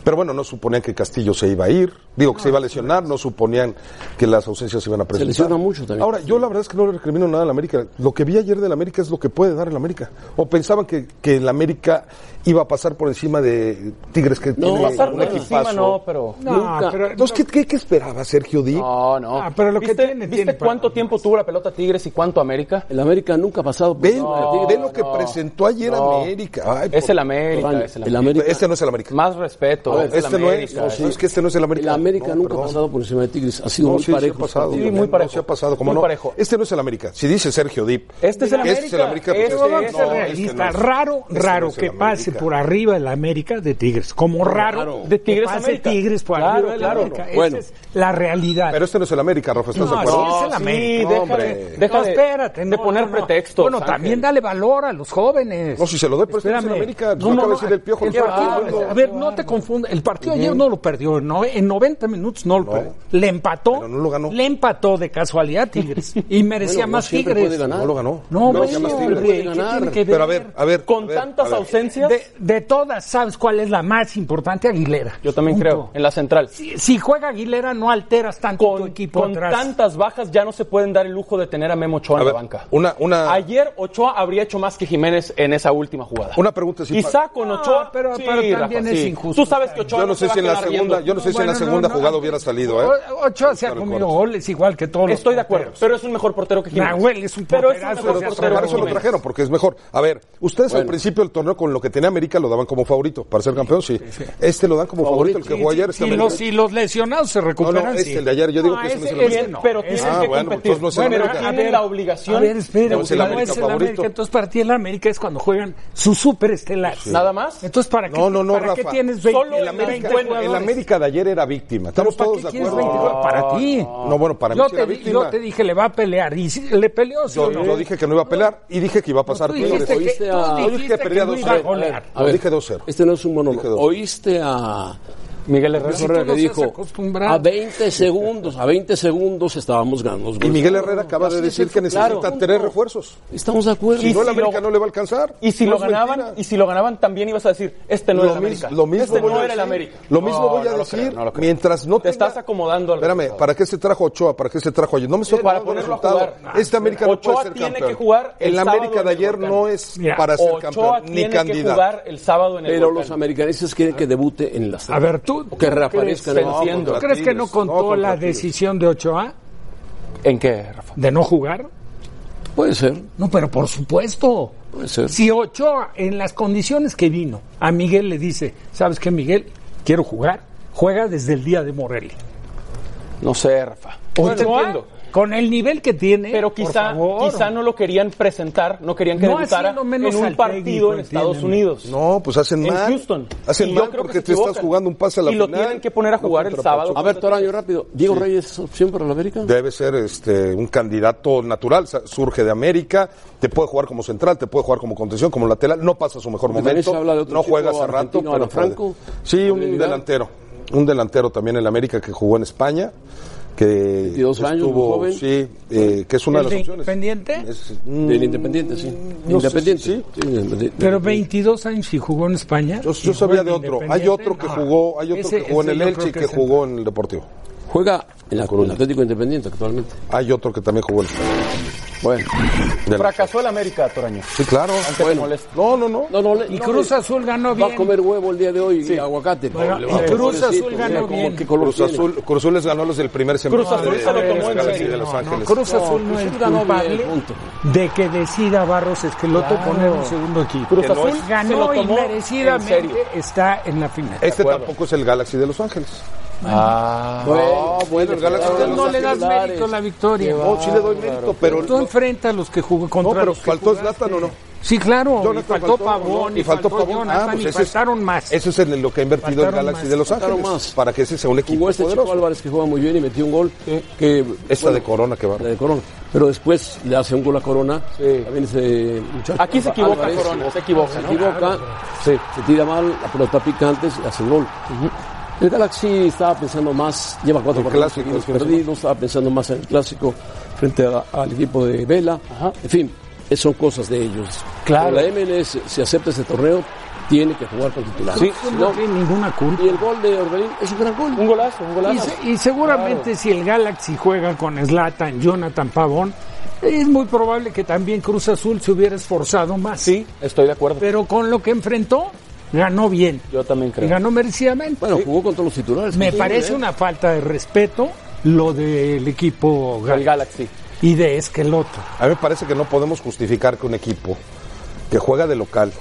Speaker 4: Pero bueno, no suponían que Castillo se iba a ir. Digo, que se iba a lesionar. No suponían que las ausencias se iban a presentar.
Speaker 2: lesiona mucho también.
Speaker 4: Ahora, yo la verdad es que no le recrimino nada al América. Lo que vi ayer del América es lo que puede dar el América. O pensaban que, que el América iba a pasar por encima de Tigres que tiene
Speaker 5: Pasar
Speaker 4: un
Speaker 5: por encima
Speaker 4: equipazo.
Speaker 5: no, pero...
Speaker 2: Nunca.
Speaker 3: pero,
Speaker 4: Entonces, ¿qué, qué, qué esperaba Sergio Di?
Speaker 5: No, no.
Speaker 3: Ah, pero lo que
Speaker 5: ¿Viste,
Speaker 3: tiene,
Speaker 5: ¿viste
Speaker 3: tiene para-
Speaker 5: cuánto tiempo tuvo la pelota Tigres y cuánto América?
Speaker 2: El América nunca ha pasado por
Speaker 4: Ve,
Speaker 2: encima de Tigres.
Speaker 4: ve lo que
Speaker 5: no,
Speaker 4: presentó ayer
Speaker 5: no.
Speaker 4: América. Ay,
Speaker 5: Es
Speaker 4: por-
Speaker 5: el América, es el
Speaker 2: El
Speaker 5: América.
Speaker 2: América,
Speaker 4: Este no es el América.
Speaker 5: Más respeto,
Speaker 4: No,
Speaker 5: es el
Speaker 4: este no es.
Speaker 5: América.
Speaker 4: No, sí, es que este no es el América.
Speaker 2: el eh. América
Speaker 4: No,
Speaker 2: nunca
Speaker 4: perdón.
Speaker 2: ha pasado por encima de Tigres. Ha sido
Speaker 4: No,
Speaker 2: muy
Speaker 4: sí, sí ha
Speaker 2: parejo.
Speaker 4: pasado.
Speaker 5: Sí, muy
Speaker 4: No,
Speaker 5: parejo.
Speaker 4: sí ha pasado, ¿cómo
Speaker 5: Muy
Speaker 4: no?
Speaker 5: parejo.
Speaker 4: Este no es el América. Si dice Sergio Dip.
Speaker 5: Este es el
Speaker 4: que Este es el
Speaker 5: América.
Speaker 4: América. pero
Speaker 5: Este
Speaker 3: vamos
Speaker 4: no,
Speaker 3: a ser
Speaker 5: no,
Speaker 4: este no
Speaker 3: realistas.
Speaker 4: es.
Speaker 3: raro,
Speaker 4: Este
Speaker 3: raro
Speaker 4: no es el
Speaker 3: que pase
Speaker 4: América.
Speaker 3: por arriba el América de Tigres, como raro
Speaker 5: De Tigres
Speaker 3: que pase
Speaker 5: América.
Speaker 3: Tigres por
Speaker 5: Claro,
Speaker 3: arriba del
Speaker 5: claro.
Speaker 3: América. Esa
Speaker 2: Bueno.
Speaker 3: es la realidad.
Speaker 4: Pero este no es el América, Rafa. ¿Estás
Speaker 3: No,
Speaker 4: de acuerdo?
Speaker 3: sí es el
Speaker 5: sí,
Speaker 3: América.
Speaker 5: deja
Speaker 3: hombre.
Speaker 5: de- deja
Speaker 3: No,
Speaker 5: de-
Speaker 3: espérate,
Speaker 5: de
Speaker 3: no,
Speaker 5: poner
Speaker 3: no, no.
Speaker 5: pretextos,
Speaker 3: Bueno,
Speaker 5: Ángel.
Speaker 3: también dale valor a los jóvenes.
Speaker 4: No, si se lo doy, pero este no es el América. Lo acaba de decir el Piojo,
Speaker 3: el
Speaker 4: lo está
Speaker 3: partido-
Speaker 4: jugando.
Speaker 3: a ver, no te confundas. El partido ayer no lo perdió. no- en 90 minutos no lo perdió. Le empató.
Speaker 4: Pero no lo ganó.
Speaker 3: Le empató de casualidad
Speaker 4: *laughs*
Speaker 3: Tigres. Y merecía
Speaker 2: Bueno, no
Speaker 3: más
Speaker 2: siempre
Speaker 3: Tigres.
Speaker 2: puede ganar.
Speaker 4: No lo ganó.
Speaker 3: No,
Speaker 4: No,
Speaker 3: hombre,
Speaker 4: ya más
Speaker 3: hombre,
Speaker 4: Tigres.
Speaker 2: puede
Speaker 3: ¿qué
Speaker 2: ganar.
Speaker 3: tiene que
Speaker 4: Pero a ver, a ver.
Speaker 5: Con
Speaker 4: a ver,
Speaker 5: tantas
Speaker 4: a ver.
Speaker 5: ausencias,
Speaker 3: De, de todas, ¿sabes cuál es la más importante? Aguilera.
Speaker 5: yo también creo,
Speaker 3: Punto.
Speaker 5: en la central.
Speaker 3: Si, si juega Aguilera, no alteras tanto tu
Speaker 5: Con,
Speaker 3: equipo
Speaker 5: con
Speaker 3: atrás.
Speaker 5: tantas bajas ya no se pueden dar el lujo de tener a Memo Ochoa
Speaker 4: A
Speaker 5: en la
Speaker 4: ver,
Speaker 5: banca.
Speaker 4: una- una-
Speaker 5: Ayer Ochoa habría hecho más que Jiménez en esa última jugada.
Speaker 4: Una pregunta, sí,
Speaker 5: Quizá con
Speaker 3: No,
Speaker 5: Ochoa,
Speaker 3: pero- pero también es injusto.
Speaker 5: Tú sabes que Ochoa
Speaker 4: Yo no
Speaker 5: se
Speaker 4: sé
Speaker 5: va
Speaker 4: si
Speaker 5: a
Speaker 4: en la
Speaker 5: quedar
Speaker 4: segunda,
Speaker 5: viendo.
Speaker 4: yo no sé si en la
Speaker 3: Bueno, no,
Speaker 4: segunda
Speaker 3: no,
Speaker 4: jugada
Speaker 3: no.
Speaker 4: hubiera salido, ¿eh?
Speaker 3: O- Ochoa se ha
Speaker 4: Claro,
Speaker 3: comido
Speaker 4: correcto.
Speaker 3: goles igual que todos. los
Speaker 5: Estoy de acuerdo,
Speaker 3: porteros.
Speaker 5: pero es un mejor portero que Jiménez.
Speaker 3: Nahuel es un
Speaker 5: Pero es un
Speaker 3: porterazo,
Speaker 5: mejor
Speaker 3: o sea,
Speaker 5: portero
Speaker 4: Para
Speaker 5: que
Speaker 4: eso lo
Speaker 5: Jiménez.
Speaker 4: trajeron, porque es mejor. A ver, ustedes al principio del torneo con lo que tenía América lo daban como favorito para ser campeón, sí. Este lo dan como favorito, el que jugó ayer. este
Speaker 3: Si
Speaker 4: América.
Speaker 3: los, si los lesionados se
Speaker 4: No,
Speaker 3: recuperan,
Speaker 4: no, es
Speaker 3: sí.
Speaker 4: el de ayer. Yo digo que ese no es el
Speaker 3: ese-
Speaker 4: América.
Speaker 3: ese no.
Speaker 5: Pero tienen
Speaker 3: Ese-
Speaker 4: Ah,
Speaker 5: que
Speaker 4: bueno,
Speaker 5: competir.
Speaker 4: entonces no es el
Speaker 5: pero
Speaker 4: América.
Speaker 5: tienen la
Speaker 3: A
Speaker 5: obligación.
Speaker 3: ver, espera,
Speaker 4: No, es el
Speaker 3: no
Speaker 4: América
Speaker 3: es el
Speaker 4: favorito.
Speaker 3: América, entonces para ti el América es cuando juegan su superestelar.
Speaker 5: Nada más.
Speaker 3: Entonces, ¿para qué,
Speaker 4: No, no, no,
Speaker 3: para qué
Speaker 4: Rafa.
Speaker 3: tienes 20,
Speaker 5: Solo el América-
Speaker 3: 20
Speaker 5: bueno,
Speaker 4: El
Speaker 3: jugadores?
Speaker 4: América de ayer era víctima.
Speaker 3: Pero
Speaker 4: Estamos
Speaker 3: ¿para
Speaker 4: todos
Speaker 3: qué
Speaker 4: de
Speaker 3: quieres
Speaker 4: acuerdo.
Speaker 3: 20 jugadores? para ti.
Speaker 4: No, bueno, para mí
Speaker 3: yo
Speaker 4: sí era
Speaker 3: te, di-
Speaker 4: víctima.
Speaker 3: yo te dije, le va a pelear. Y si- ¿Le peleó? Sí,
Speaker 4: Yo,
Speaker 3: o no?
Speaker 4: yo dije que no iba a pelear y dije que iba a pasar
Speaker 3: Tú dijiste
Speaker 4: Tigres.
Speaker 3: que,
Speaker 2: Oíste
Speaker 3: tú
Speaker 2: a-
Speaker 4: Yo dije
Speaker 3: dijiste
Speaker 4: que
Speaker 3: que
Speaker 4: perdía
Speaker 3: no iba a
Speaker 4: 2-0.
Speaker 3: golear.
Speaker 2: A ver,
Speaker 4: Dije 2-0.
Speaker 2: Este no es un
Speaker 4: Dije
Speaker 2: monólogo.
Speaker 4: 2-0.
Speaker 2: Oíste a
Speaker 5: Miguel Herrera.
Speaker 3: Si tú
Speaker 2: Correa que
Speaker 3: no seas
Speaker 2: dijo,
Speaker 3: acostumbrado.
Speaker 2: a 20 segundos, a 20 segundos estábamos ganando los
Speaker 4: Y
Speaker 2: goles".
Speaker 4: Miguel
Speaker 5: Pues,
Speaker 4: Herrera acaba de decir que necesita tener refuerzos.
Speaker 2: Estamos de acuerdo.
Speaker 4: Si no, el
Speaker 5: si lo-
Speaker 4: América no le va a alcanzar.
Speaker 5: Y si
Speaker 4: No
Speaker 5: lo
Speaker 4: es
Speaker 5: ganaban,
Speaker 4: mentira.
Speaker 5: y si lo ganaban también ibas a decir, este no
Speaker 4: lo,
Speaker 5: era el
Speaker 4: mis-
Speaker 5: América.
Speaker 4: lo mismo
Speaker 5: este
Speaker 4: voy
Speaker 5: no
Speaker 4: a
Speaker 5: era el
Speaker 4: decir.
Speaker 5: América.
Speaker 4: Lo mismo
Speaker 5: No,
Speaker 4: voy a
Speaker 5: no lo
Speaker 4: decir.
Speaker 5: creo, no lo creo.
Speaker 4: mientras no
Speaker 5: Te estás acomodando al
Speaker 4: Espérame,
Speaker 5: resultado.
Speaker 4: ¿para qué se trajo Ochoa? ¿Para qué se trajo ayer? No me estoy
Speaker 5: Para
Speaker 4: acomodando el
Speaker 5: ponerlo a
Speaker 4: resultado.
Speaker 5: jugar.
Speaker 4: Este América no
Speaker 5: Ochoa
Speaker 4: puede ser
Speaker 5: tiene
Speaker 4: campeón.
Speaker 5: que jugar el
Speaker 4: el
Speaker 5: sábado
Speaker 4: América de
Speaker 5: en el
Speaker 4: ayer
Speaker 5: Volcán.
Speaker 4: no es
Speaker 3: Mira,
Speaker 4: para ser
Speaker 5: Ochoa
Speaker 4: campeón ni
Speaker 5: tiene que
Speaker 4: candidato.
Speaker 5: jugar el sábado en el
Speaker 2: Pero
Speaker 5: Volcán.
Speaker 2: los americanistas quieren que debute en las
Speaker 3: A ver, tú,
Speaker 2: que reaparezcan.
Speaker 5: crees, venciendo.
Speaker 3: ¿tú crees que no
Speaker 4: Tigres, no,
Speaker 3: contó
Speaker 4: contra
Speaker 3: la
Speaker 4: Tigres.
Speaker 3: decisión de Ochoa
Speaker 5: ¿En qué, Rafa?
Speaker 3: de no jugar?
Speaker 2: Puede ser,
Speaker 3: No, pero por supuesto.
Speaker 2: puede ser.
Speaker 3: Si Ochoa, en las condiciones que vino, a Miguel le dice, ¿sabes qué, Miguel? Quiero jugar. Juega desde el día de Morelia.
Speaker 5: No sé, Rafa.
Speaker 3: Ochoa,
Speaker 5: Te entiendo.
Speaker 3: con el nivel que tiene,
Speaker 5: Pero
Speaker 3: por
Speaker 5: quizá,
Speaker 3: favor.
Speaker 5: quizá no lo querían presentar, no querían que
Speaker 3: No
Speaker 5: debutara
Speaker 3: haciendo menos
Speaker 5: en un
Speaker 3: al
Speaker 5: partido
Speaker 3: técnico,
Speaker 5: en Estados
Speaker 3: entiéndeme.
Speaker 5: Unidos.
Speaker 4: No, pues hacen
Speaker 5: en
Speaker 4: mal.
Speaker 5: Houston.
Speaker 4: Hacen
Speaker 5: Y yo
Speaker 4: mal
Speaker 5: creo que
Speaker 4: porque
Speaker 5: se
Speaker 4: te estás
Speaker 5: equivocan.
Speaker 4: jugando un pase a la
Speaker 5: Y lo
Speaker 4: final.
Speaker 5: tienen que poner a
Speaker 4: No
Speaker 5: jugar el
Speaker 4: contra
Speaker 5: sábado.
Speaker 4: Pachuca.
Speaker 2: A ver, Toraño, rápido. ¿Diego Reyes es opción para la América?
Speaker 4: Debe ser este un candidato natural, sa- surge de América, te puede jugar como central, te puede jugar como contención, como lateral, no pasa su mejor
Speaker 2: Porque también
Speaker 4: momento,
Speaker 2: se habla de otro
Speaker 4: no
Speaker 2: chico
Speaker 4: juega hace rato,
Speaker 2: argentino,
Speaker 4: pero
Speaker 2: Ana Franco.
Speaker 4: puede. sí, un
Speaker 2: Realidad.
Speaker 4: delantero, un delantero también en América que jugó en España, que
Speaker 2: 22 años,
Speaker 4: estuvo,
Speaker 2: muy joven.
Speaker 4: sí, eh, que es una
Speaker 3: ¿El
Speaker 4: de las
Speaker 3: de
Speaker 4: opciones.
Speaker 3: Independiente?
Speaker 4: Es-
Speaker 2: Del Independiente, sí.
Speaker 4: no sé,
Speaker 2: Independiente.
Speaker 4: sí.
Speaker 2: Sí, Independiente.
Speaker 3: Pero 22 años y jugó en España.
Speaker 4: yo,
Speaker 3: y
Speaker 4: yo
Speaker 3: jugó
Speaker 4: sabía
Speaker 3: en
Speaker 4: de otro, hay
Speaker 3: Independiente,
Speaker 4: otro que
Speaker 3: no.
Speaker 4: jugó, hay otro
Speaker 3: Ese-
Speaker 4: que jugó en
Speaker 3: ese
Speaker 4: el
Speaker 3: yo creo
Speaker 4: Elche y que,
Speaker 3: es
Speaker 4: jugó en el Deportivo.
Speaker 2: Juega en la- en el Atlético Independiente actualmente.
Speaker 4: Hay otro que también jugó en el
Speaker 2: Bueno.
Speaker 5: Fracasó el América, Toraño.
Speaker 4: Sí, claro.
Speaker 5: Aunque te moleste.
Speaker 4: No, no, no.
Speaker 2: No, no, le-
Speaker 3: Y
Speaker 2: no,
Speaker 3: Cruz
Speaker 2: le-
Speaker 3: Azul ganó
Speaker 2: Va a
Speaker 3: bien.
Speaker 2: comer huevo el día de hoy y aguacate.
Speaker 3: Bueno,
Speaker 2: Le
Speaker 3: Ah, y
Speaker 2: va a poner
Speaker 3: Cruz Azul
Speaker 2: pobrecito,
Speaker 3: ganó
Speaker 2: mira cómo-
Speaker 3: bien.
Speaker 2: qué color
Speaker 4: Cruz
Speaker 2: tiene.
Speaker 4: Azul, Cruz Azul les ganó a los del primer semestre.
Speaker 5: Cruz Azul
Speaker 4: de-
Speaker 5: se lo
Speaker 4: de-
Speaker 5: tomó en
Speaker 4: Galaxy
Speaker 5: serio.
Speaker 4: de Los
Speaker 3: No, no,
Speaker 4: Ángeles.
Speaker 3: Cruz Azul no,
Speaker 2: Cruz
Speaker 3: es
Speaker 2: Azul ganó
Speaker 3: culpable
Speaker 2: bien, punto.
Speaker 3: de que decida Barros Esqueloto poner un segundo equipo.
Speaker 5: Cruz
Speaker 3: Que no
Speaker 5: Azul
Speaker 3: es-
Speaker 5: se lo
Speaker 3: ganó y
Speaker 5: tomó en
Speaker 3: merecidamente
Speaker 5: serio.
Speaker 3: está en la final.
Speaker 4: Este tampoco es el Galaxy de Los Ángeles.
Speaker 2: Ah,
Speaker 3: Ah,
Speaker 2: Bueno, bueno,
Speaker 4: el Galaxy de
Speaker 3: no
Speaker 4: Los
Speaker 3: le das
Speaker 4: Ángeles.
Speaker 3: mérito a la victoria.
Speaker 4: No, sí le doy mérito, pero
Speaker 3: Tú
Speaker 4: no,
Speaker 3: enfrentas a los que jugó
Speaker 4: no,
Speaker 3: contra
Speaker 4: pero
Speaker 3: los que
Speaker 4: faltó
Speaker 3: jugaste.
Speaker 4: Zlatan o no.
Speaker 3: Sí, claro.
Speaker 4: Jonathan
Speaker 3: y faltó
Speaker 4: faltó,
Speaker 3: Pavón,
Speaker 4: ¿no?
Speaker 3: y faltó, Jonathan,
Speaker 4: Ah, pues
Speaker 3: y
Speaker 4: ese es-
Speaker 3: faltaron más.
Speaker 4: Eso es en lo que ha invertido el
Speaker 3: Faltaron
Speaker 4: Galaxy
Speaker 3: más,
Speaker 4: de Los
Speaker 2: faltaron
Speaker 4: Ángeles
Speaker 2: más.
Speaker 4: para que ese sea un
Speaker 2: Jugó
Speaker 4: equipo
Speaker 2: este chico
Speaker 4: poderoso.
Speaker 2: Álvarez que juega muy bien y metió un gol que
Speaker 4: Esta
Speaker 2: bueno,
Speaker 4: de Corona que va.
Speaker 2: la de Corona. Pero después le hace un gol a Corona.
Speaker 5: Sí.
Speaker 2: También ese muchacho.
Speaker 5: Aquí se equivoca
Speaker 2: Álvarez,
Speaker 5: Corona, se equivoca,
Speaker 2: Se
Speaker 5: ¿no?
Speaker 2: equivoca, se tira mal, la pelota pica antes y hace el gol. El Galaxy estaba pensando más, lleva cuatro
Speaker 4: El
Speaker 2: partidos
Speaker 4: clásico,
Speaker 2: seguidos
Speaker 4: el clásico.
Speaker 2: perdidos, estaba pensando más en el clásico frente a- al equipo de Vela. En fin, eh, son cosas de ellos.
Speaker 3: Claro.
Speaker 2: Pero la MLS, si acepta ese torneo, tiene que jugar con titular. Si
Speaker 3: no
Speaker 2: no-
Speaker 3: tiene ninguna culpa.
Speaker 2: y el gol de Orbelín es un gran gol.
Speaker 5: Un golazo, un
Speaker 3: Y,
Speaker 5: golazo.
Speaker 3: se- y seguramente si el Galaxy juega con Zlatan, Jonathan Pavón, es muy probable que también Cruz Azul se hubiera esforzado más.
Speaker 5: Sí, estoy de acuerdo.
Speaker 3: Pero con lo que enfrentó, ganó bien.
Speaker 5: Yo también
Speaker 3: Y
Speaker 5: creo.
Speaker 3: ganó merecidamente.
Speaker 2: Bueno, jugó contra los titulares.
Speaker 3: Me
Speaker 2: Sí,
Speaker 3: parece
Speaker 2: ¿eh?
Speaker 3: una falta de respeto lo del equipo Galaxy
Speaker 5: El Galaxy.
Speaker 3: y de este, Esqueloto.
Speaker 4: A mí me parece que no podemos justificar que un equipo que juega de local,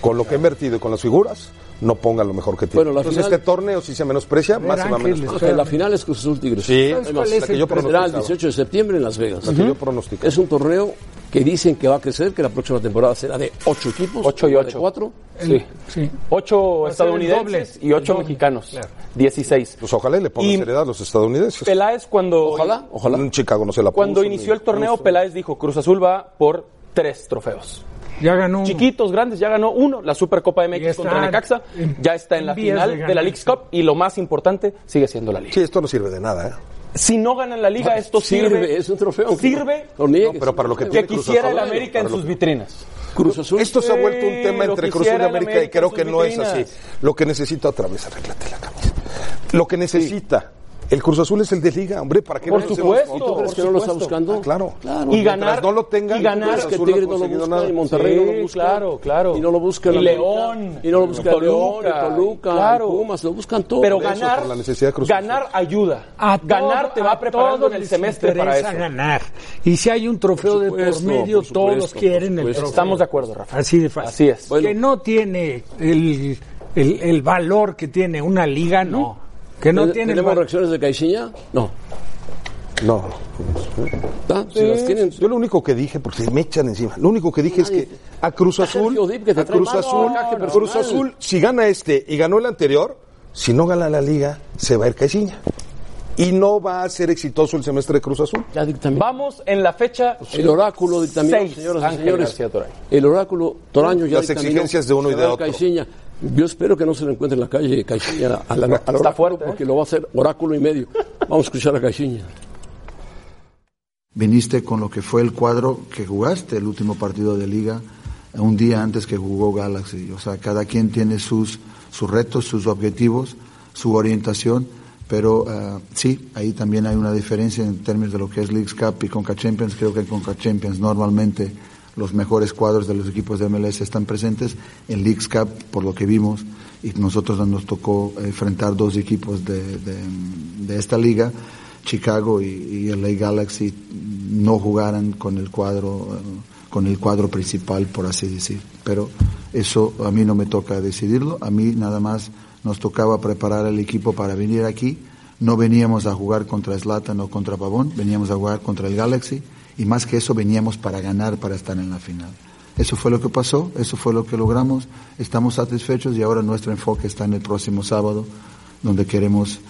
Speaker 4: con lo que ha invertido y con las figuras, no ponga lo mejor que tiene.
Speaker 2: Bueno, la
Speaker 4: Entonces
Speaker 2: final-
Speaker 4: este torneo si se menosprecia,
Speaker 3: ver,
Speaker 4: más se va a
Speaker 3: Ángeles,
Speaker 4: menospreciar.
Speaker 2: Ángel, la final es Cruz Azul Tigres.
Speaker 4: Sí,
Speaker 3: ¿Sabes
Speaker 4: es
Speaker 3: cuál es
Speaker 4: la que
Speaker 3: el
Speaker 4: yo
Speaker 3: pre-
Speaker 2: Será el
Speaker 4: pronosticaba.
Speaker 2: 18 de septiembre en Las Vegas.
Speaker 4: La que yo pronosticaba.
Speaker 2: Es un torneo que dicen que va a crecer, que la próxima temporada será de 8 equipos.
Speaker 5: Ocho y
Speaker 2: ahora de
Speaker 5: ocho.
Speaker 2: cuatro.
Speaker 5: Sí.
Speaker 3: Sí.
Speaker 5: Ocho
Speaker 3: Va a ser el
Speaker 5: estadounidenses
Speaker 3: doble,
Speaker 5: y ocho
Speaker 3: el doble,
Speaker 5: mexicanos.
Speaker 3: claro.
Speaker 5: 16.
Speaker 4: Pues ojalá y le pongan
Speaker 5: Y-
Speaker 4: seriedad a los estadounidenses.
Speaker 5: Peláez cuando...
Speaker 2: Ojalá, ojalá.
Speaker 4: Un Chicago no se la
Speaker 5: Cuando
Speaker 4: puso,
Speaker 5: inició
Speaker 4: ni-
Speaker 5: el torneo, Peláez dijo, Cruz Azul va por tres trofeos.
Speaker 3: Ya ganó uno.
Speaker 5: Chiquitos, grandes, ya ganó uno, la Supercopa
Speaker 3: Y
Speaker 5: MX
Speaker 3: está
Speaker 5: contra Necaxa,
Speaker 3: en-
Speaker 5: ya está en
Speaker 3: en
Speaker 5: la
Speaker 3: vías
Speaker 5: final
Speaker 3: de
Speaker 5: de, la
Speaker 3: ganar.
Speaker 5: League Cup y lo más importante sigue siendo la Liga.
Speaker 4: Sí, esto no sirve de nada, ¿eh?
Speaker 5: Si no ganan la
Speaker 4: Ah,
Speaker 5: Liga, esto sirve,
Speaker 2: es un trofeo. aunque
Speaker 5: sirve
Speaker 2: no- no niegues.
Speaker 4: No, pero para lo que
Speaker 5: que
Speaker 4: tiene Cruz
Speaker 5: quisiera el
Speaker 4: Azul,
Speaker 5: América en
Speaker 4: para lo
Speaker 5: sus
Speaker 4: que-
Speaker 5: vitrinas.
Speaker 2: Cruz Azul.
Speaker 4: Esto se ha vuelto un tema
Speaker 5: Pero
Speaker 4: entre Cruz Azul y
Speaker 5: quisiera el
Speaker 4: América, y
Speaker 5: América
Speaker 4: creo
Speaker 5: en
Speaker 4: que
Speaker 5: sus
Speaker 4: no es
Speaker 5: vitrinas.
Speaker 4: así. Lo que necesita otra vez, arréglate la camisa. Lo que necesita. El Cruz Azul es el de liga, hombre, ¿para qué
Speaker 5: Por
Speaker 4: no se
Speaker 5: supuesto.
Speaker 4: busca?
Speaker 2: ¿Y tú crees
Speaker 5: por
Speaker 2: que no lo está
Speaker 5: supuesto.
Speaker 2: buscando?
Speaker 4: Ah, claro.
Speaker 5: Y
Speaker 4: Mientras
Speaker 5: ganar,
Speaker 4: no lo tengan,
Speaker 5: y ganar.
Speaker 2: Es que
Speaker 4: Azul no ha
Speaker 2: Tigres no lo
Speaker 4: conseguido
Speaker 2: busca
Speaker 4: nada.
Speaker 2: y Monterrey no
Speaker 5: Sí,
Speaker 2: lo busca.
Speaker 5: claro, claro.
Speaker 2: Y no lo busca el
Speaker 5: Y
Speaker 2: América,
Speaker 5: León.
Speaker 2: Y no lo busca León,
Speaker 5: Toluca,
Speaker 2: el Toluca,
Speaker 5: claro.
Speaker 2: el Pumas, lo buscan todos.
Speaker 5: Pero
Speaker 4: Por eso,
Speaker 5: ganar,
Speaker 4: por la necesidad de Cruz Azul.
Speaker 5: ganar ayuda.
Speaker 3: A
Speaker 5: ganar
Speaker 3: todo-
Speaker 5: te va
Speaker 3: a
Speaker 5: preparando
Speaker 3: todos
Speaker 5: en el
Speaker 3: les
Speaker 5: semestre para
Speaker 3: interesa
Speaker 5: eso.
Speaker 3: ganar. Y si hay un trofeo
Speaker 2: Por
Speaker 3: de por
Speaker 2: supuesto,
Speaker 3: medio,
Speaker 2: por supuesto,
Speaker 3: todos
Speaker 2: por
Speaker 3: quieren el
Speaker 2: supuesto.
Speaker 3: trofeo.
Speaker 5: Estamos de acuerdo, Rafa.
Speaker 3: Así de fácil.
Speaker 5: Así es.
Speaker 2: Bueno.
Speaker 3: Que no tiene el, el, el valor que tiene una liga, no. Que no
Speaker 2: ¿Ten-
Speaker 3: tiene el
Speaker 2: ¿Tenemos
Speaker 3: valor.
Speaker 2: reacciones de Caixinha? No.
Speaker 4: No.
Speaker 2: ¿Está? Si las tienen,
Speaker 4: Yo lo único que dije, porque me echan encima, lo único que dije es que a Cruz Azul,
Speaker 2: Sergio Dip, que te
Speaker 4: a
Speaker 2: trae
Speaker 4: Cruz
Speaker 2: mal
Speaker 4: Azul,
Speaker 2: bagaje personal.
Speaker 4: Cruz Azul, si gana este y ganó el anterior, si no gana la liga, se va a ir Caixinha. Y no va a ser exitoso el semestre de Cruz Azul.
Speaker 2: ya dictaminó.
Speaker 5: Vamos en la fecha
Speaker 2: El oráculo dictaminó,
Speaker 5: Seis,
Speaker 2: señoras y
Speaker 5: Ángel
Speaker 2: señores.
Speaker 5: García Toray.
Speaker 2: El oráculo Toraño ya
Speaker 4: Las
Speaker 2: dictaminó
Speaker 4: exigencias de uno y
Speaker 2: que
Speaker 4: de
Speaker 2: va el
Speaker 4: otro.
Speaker 2: Caixinha. Yo espero que no se le encuentre en la calle Caixinha al- al, al oráculo,
Speaker 5: fuerte, ¿eh?
Speaker 2: porque lo va a hacer oráculo y medio. Vamos a escuchar a Caixinha.
Speaker 9: viniste con lo que fue el cuadro que jugaste el último partido de liga un día antes que jugó Galaxy. O sea, cada quien tiene sus, sus retos, sus objetivos, su orientación, pero ah, sí, ahí también hay una diferencia en términos de lo que es Leagues Cup y Conca Champions. Creo que en Conca Champions normalmente los mejores cuadros de los equipos de MLS están presentes en Leagues Cup, por lo que vimos, y nosotros nos tocó eh, enfrentar dos equipos de- de- de esta liga. Chicago y, y LA Galaxy no jugaran con el cuadro eh, con el cuadro principal por así decir pero eso a mí no me toca decidirlo a mí nada más nos tocaba preparar el equipo para venir aquí no veníamos a jugar contra Zlatan o contra Pavón veníamos a jugar contra el Galaxy y más que eso veníamos para ganar para estar en la final eso fue lo que pasó eso fue lo que logramos estamos satisfechos y ahora nuestro enfoque está en el próximo sábado donde queremos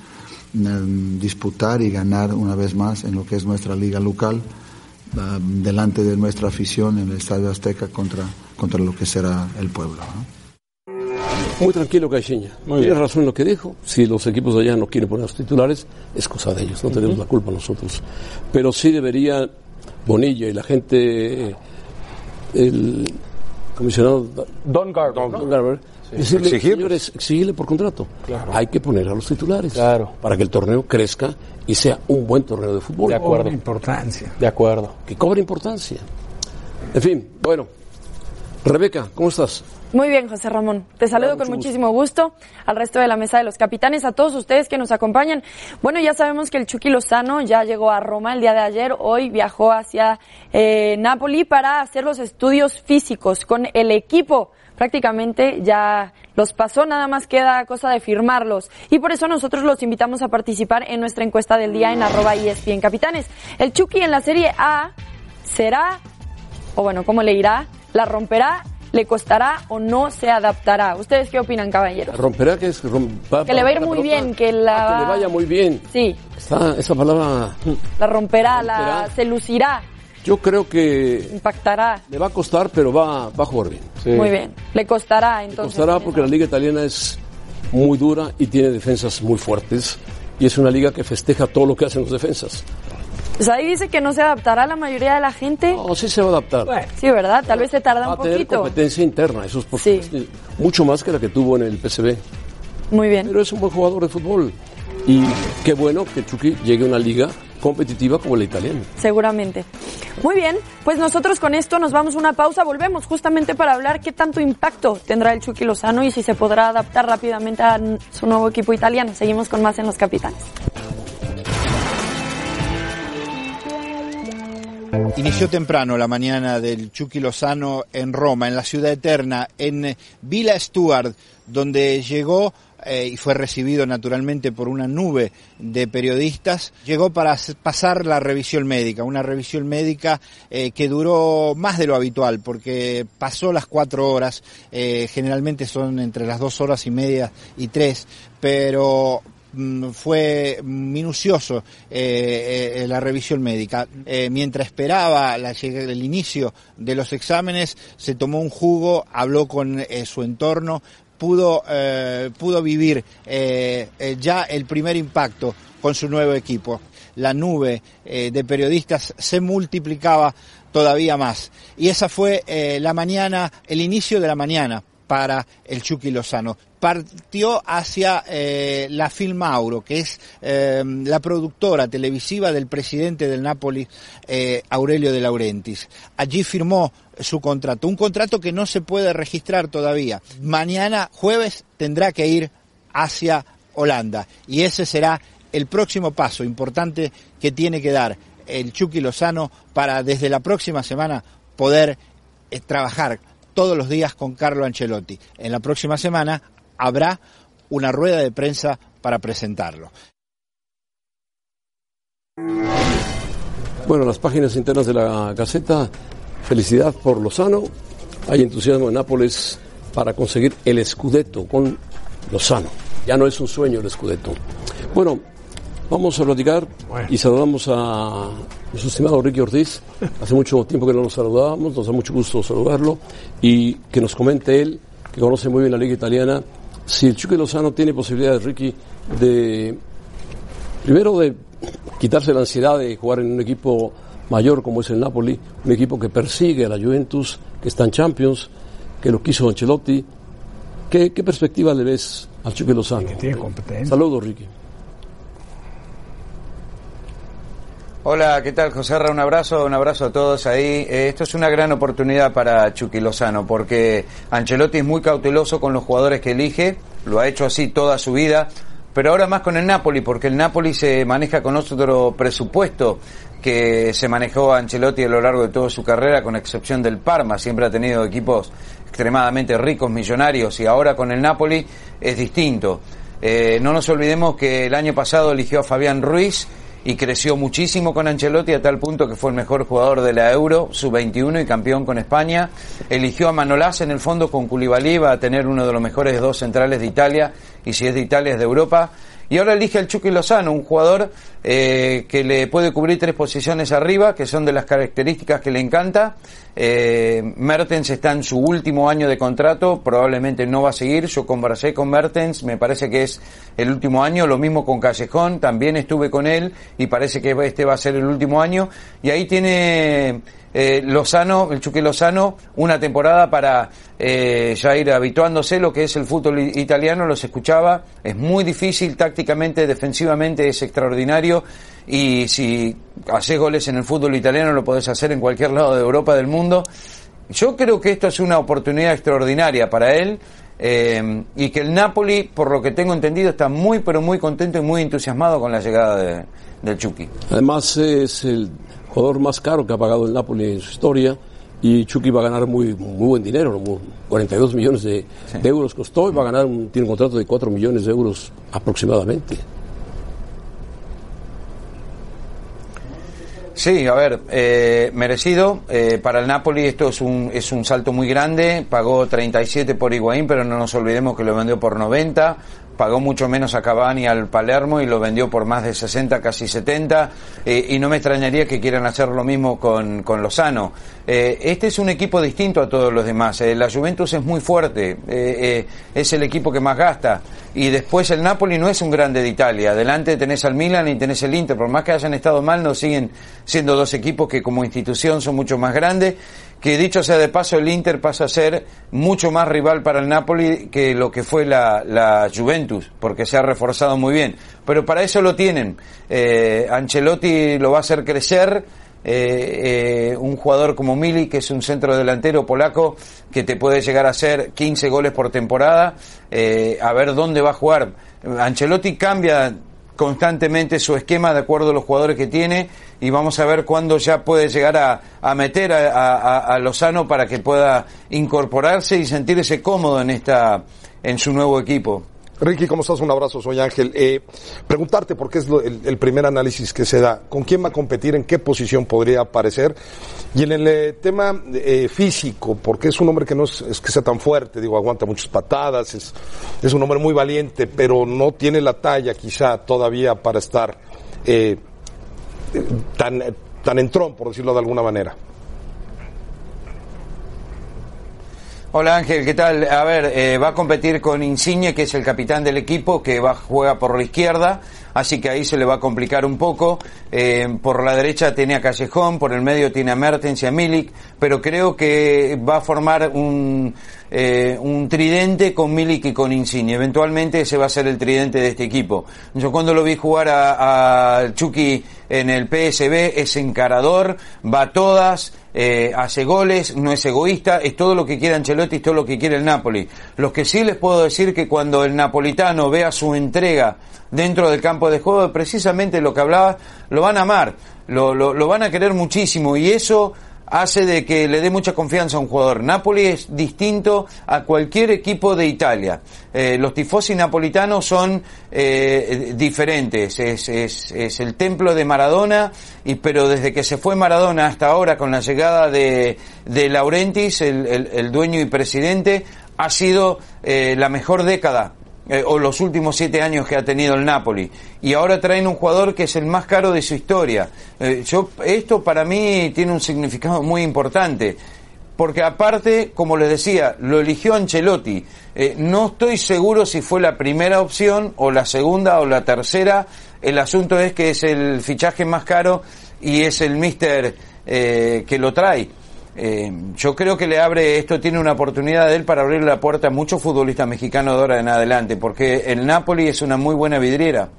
Speaker 9: mm, disputar y ganar una vez más en lo que es nuestra liga local ah, delante de nuestra afición en el Estadio Azteca contra, contra lo que será el pueblo. ¿no?
Speaker 2: Muy tranquilo Caixinha. Tienes razón en lo que dijo. Si los equipos de allá no quieren poner a los titulares, es cosa de ellos. No tenemos la culpa nosotros. Pero sí debería Bonilla y la gente, eh, el comisionado
Speaker 5: Don Garber. ¿no?
Speaker 2: Don Garber, decirle,
Speaker 4: Exigirles.
Speaker 2: señores, exigirle por contrato. Hay que poner a los titulares
Speaker 5: Claro.
Speaker 2: para que el torneo crezca y sea un buen torneo de fútbol
Speaker 5: De acuerdo.
Speaker 3: Por importancia.
Speaker 5: De acuerdo.
Speaker 2: que cobre importancia. En fin, bueno. Rebeca, ¿cómo estás?
Speaker 10: Muy bien, José Ramón. Te saludo con muchísimo gusto. al resto de la mesa de los capitanes, a todos ustedes que nos acompañan. Bueno, ya sabemos que el Chucky Lozano ya llegó a Roma el día de ayer, hoy viajó hacia eh, Nápoli para hacer los estudios físicos con el equipo. Prácticamente ya los pasó, nada más queda cosa de firmarlos. Y por eso nosotros los invitamos a participar en nuestra encuesta del día en arroba E ESPN Capitanes. El Chucky en la Serie A será o bueno, ¿cómo le irá? ¿La romperá? ¿Le costará o no se adaptará? ¿Ustedes qué opinan, caballeros?
Speaker 2: Romperá que es rompa-
Speaker 10: Que le va a ir
Speaker 2: la
Speaker 10: muy
Speaker 2: pelota.
Speaker 10: bien, que la
Speaker 2: Ah, que le
Speaker 10: va-
Speaker 2: vaya muy bien.
Speaker 10: Sí,
Speaker 2: Está esa palabra.
Speaker 10: la romperá, la,
Speaker 2: ¿Romperá?
Speaker 10: se lucirá,
Speaker 2: Yo creo que
Speaker 10: impactará.
Speaker 2: le va a costar, pero va, va a jugar bien.
Speaker 10: Muy bien, le costará entonces.
Speaker 2: Costará porque la liga italiana es muy dura y tiene defensas muy fuertes. Y es una liga que festeja todo lo que hacen los defensas.
Speaker 10: Pues ahí dice que no se adaptará la mayoría de la gente.
Speaker 2: No, sí se va a adaptar.
Speaker 10: Sí, ¿verdad? Tal vez se tarda
Speaker 2: va
Speaker 10: un
Speaker 2: a tener
Speaker 10: poquito.
Speaker 2: competencia interna, eso es por
Speaker 10: Sí.
Speaker 2: supuesto. Mucho más que la que tuvo en el PCB.
Speaker 10: Muy bien.
Speaker 2: Pero es un buen jugador de fútbol. Y qué bueno que Chucky llegue a una liga competitiva como la italiana.
Speaker 10: Seguramente. Muy bien, pues nosotros con esto nos vamos a una pausa, volvemos justamente para hablar qué tanto impacto tendrá el Chucky Lozano y si se podrá adaptar rápidamente a su nuevo equipo italiano. Seguimos con más en los capitanes.
Speaker 11: Inició temprano la mañana del Chucky Lozano en Roma, en la ciudad eterna, en Villa Stuart, donde llegó eh, y fue recibido naturalmente por una nube de periodistas. Llegó para s- pasar la revisión médica, una revisión médica eh, que duró más de lo habitual, porque pasó las cuatro horas, eh, generalmente son entre las dos horas y media y tres, pero mm, fue minucioso eh, eh, la revisión médica. Eh, mientras esperaba la lleg- el inicio de los exámenes, se tomó un jugo, habló con eh, su entorno, pudo, eh, pudo vivir eh, eh, ya el primer impacto con su nuevo equipo. La nube eh, de periodistas se multiplicaba todavía más. Y esa fue eh, la mañana, el inicio de la mañana para el Chucky Lozano. Partió hacia eh, la Film Mauro, que es eh, la productora televisiva del presidente del Napoli, eh, Aurelio de Laurentiis. Allí firmó su contrato, un contrato que no se puede registrar todavía. Mañana, jueves, tendrá que ir hacia Holanda y ese será el próximo paso importante que tiene que dar el Chucky Lozano para desde la próxima semana poder eh, trabajar todos los días con Carlo Ancelotti. En la próxima semana habrá una rueda de prensa para presentarlo.
Speaker 2: Bueno, las páginas internas de la Gaceta, felicidad por Lozano. Hay entusiasmo en Nápoles para conseguir el Scudetto con Lozano. Ya no es un sueño el Scudetto. Bueno, vamos a platicar y saludamos a nuestro estimado Ricky Ortiz. Hace mucho tiempo que no nos saludábamos, nos da mucho gusto saludarlo y que nos comente él, que conoce muy bien la liga italiana, si el Chucky Lozano tiene posibilidades, Ricky, de Primero de quitarse la ansiedad de jugar en un equipo mayor como es el Napoli, un equipo que persigue a la Juventus, que está en Champions, que lo quiso Ancelotti. ¿Qué, qué perspectiva le ves al Chucky Lozano? Que tiene competencia. Saludos, Ricky.
Speaker 12: Hola, ¿qué tal, José Un abrazo, un abrazo a todos ahí. Eh, esto es una gran oportunidad para Chucky Lozano porque Ancelotti es muy cauteloso con los jugadores que elige, lo ha hecho así toda su vida, pero ahora más con el Napoli porque el Napoli se maneja con otro presupuesto que se manejó Ancelotti a lo largo de toda su carrera, con excepción del Parma, siempre ha tenido equipos extremadamente ricos, millonarios, y ahora con el Napoli es distinto. Eh, no nos olvidemos que el año pasado eligió a Fabián Ruiz y creció muchísimo con Ancelotti a tal punto que fue el mejor jugador de la Euro, sub-21 y campeón con España. Eligió a Manolás en el fondo con Koulibaly, va a tener uno de los mejores dos centrales de Italia y si es de Italia es de Europa. Y ahora elige al Chucky Lozano, un jugador eh, que le puede cubrir tres posiciones arriba, que son de las características que le encanta. Eh, Mertens está en su último año de contrato, probablemente no va a seguir. Yo conversé con Mertens, me parece que es el último año. Lo mismo con Callejón, también estuve con él y parece que este va a ser el último año. Y ahí tiene eh, Lozano, el Chuque Lozano, una temporada para eh, ya ir habituándose lo que es el fútbol i- italiano, los escuchaba, es muy difícil tácticamente, defensivamente es extraordinario y si haces goles en el fútbol italiano lo podés hacer en cualquier lado de Europa del mundo. Yo creo que esto es una oportunidad extraordinaria para él eh, y que el Napoli, por lo que tengo entendido, está muy pero muy contento y muy entusiasmado con la llegada de- del Chucky.
Speaker 2: Además, es el jugador más caro que ha pagado el Napoli en su historia. Y Chucky va a ganar muy, muy buen dinero, muy- 42 millones de, de euros costó y va a ganar, un, tiene un contrato de 4 millones de euros aproximadamente.
Speaker 12: Sí, a ver, eh, merecido. Eh, para el Napoli esto es un, es un salto muy grande. Pagó 37 por Higuaín, pero no nos olvidemos que lo vendió por 90. pagó mucho menos a Cavani al Palermo y lo vendió por más de 60, casi 70, eh, y no me extrañaría que quieran hacer lo mismo con, con Lozano. Eh, este es un equipo distinto a todos los demás, eh, la Juventus es muy fuerte, eh, eh, es el equipo que más gasta, y después el Napoli no es un grande de Italia, adelante tenés al Milan y tenés el Inter, por más que hayan estado mal, no siguen siendo dos equipos que como institución son mucho más grandes, que dicho sea de paso, el Inter pasa a ser mucho más rival para el Napoli que lo que fue la, la Juventus, porque se ha reforzado muy bien. Pero para eso lo tienen. Eh, Ancelotti lo va a hacer crecer. eh, eh, un jugador como Mili, que es un centro delantero polaco, que te puede llegar a hacer 15 goles por temporada, eh, a ver dónde va a jugar. Ancelotti cambia constantemente su esquema de acuerdo a los jugadores que tiene y vamos a ver cuándo ya puede llegar a, a meter a, a- a Lozano para que pueda incorporarse y sentirse cómodo en esta en su nuevo equipo.
Speaker 4: Ricky, ¿cómo estás? Un abrazo, soy Ángel. Eh, preguntarte, porque es lo- el, el primer análisis que se da, ¿con quién va a competir? ¿En qué posición podría aparecer? Y en el eh, tema eh, físico, porque es un hombre que no es, es que sea tan fuerte, digo, aguanta muchas patadas, es, es un hombre muy valiente, pero no tiene la talla quizá todavía para estar eh, eh, tan, eh, tan entrón, por decirlo de alguna manera.
Speaker 12: Hola Ángel, ¿qué tal? A ver, eh, va a competir con Insigne, que es el capitán del equipo, que va, juega por la izquierda, así que ahí se le va a complicar un poco. Eh, por la derecha tiene a Callejón, por el medio tiene a Mertens y a Milik, pero creo que va a formar un, eh, un tridente con Milik y con Insigne. Eventualmente ese va a ser el tridente de este equipo. Yo cuando lo vi jugar a, a Chucky en el PSB, es encarador, va a todas, eh, hace goles, no es egoísta, es todo lo que quiere Ancelotti, es todo lo que quiere el Napoli. Los que sí les puedo decir que cuando el napolitano vea su entrega dentro del campo de juego, precisamente lo que hablaba, lo van a amar, lo, lo- lo van a querer muchísimo y eso hace de que le dé mucha confianza a un jugador. Napoli es distinto a cualquier equipo de Italia. Eh, los tifosi napolitanos son eh, diferentes. Es, es- es el templo de Maradona, y, pero desde que se fue Maradona hasta ahora, con la llegada de, de Laurentis, el, el- el dueño y presidente, ha sido eh, la mejor década eh, o los últimos siete años que ha tenido el Napoli. Y ahora traen un jugador que es el más caro de su historia. Eh, yo, esto para mí tiene un significado muy importante. Porque aparte, como les decía, lo eligió Ancelotti. Eh, no estoy seguro si fue la primera opción o la segunda o la tercera. El asunto es que es el fichaje más caro y es el mister eh, que lo trae. Eh, yo creo que le abre, esto tiene una oportunidad de él para abrir la puerta a muchos futbolistas mexicanos de ahora en adelante, porque el Napoli es una muy buena vidriera.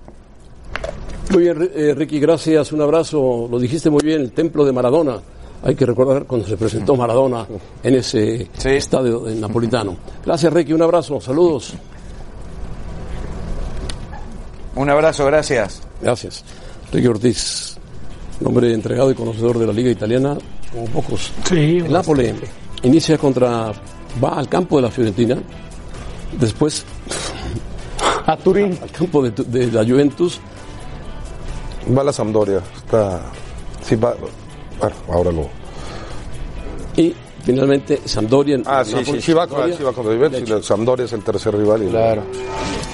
Speaker 2: Muy bien, Ri- eh, Ricky, gracias, un abrazo. Lo dijiste muy bien, el templo de Maradona. Hay que recordar cuando se presentó Maradona en ese estadio de napolitano. Gracias, Ricky, un abrazo, saludos.
Speaker 12: Un abrazo, gracias.
Speaker 2: Gracias. Ricky Ortiz, un hombre entregado y conocedor de la Liga Italiana, como pocos.
Speaker 3: Sí,
Speaker 2: el Napoli inicia contra. va al campo de la Fiorentina, después.
Speaker 5: a Turín.
Speaker 2: *laughs* Al campo de, tu- de la Juventus.
Speaker 4: Va la Sampdoria, está... Sí, va... Bueno, ahora lo...
Speaker 2: Y finalmente Sampdoria.
Speaker 4: Ah, sí, sí, sí va con, sí va con la Juventus y la Sampdoria es el tercer rival. y-
Speaker 2: Claro.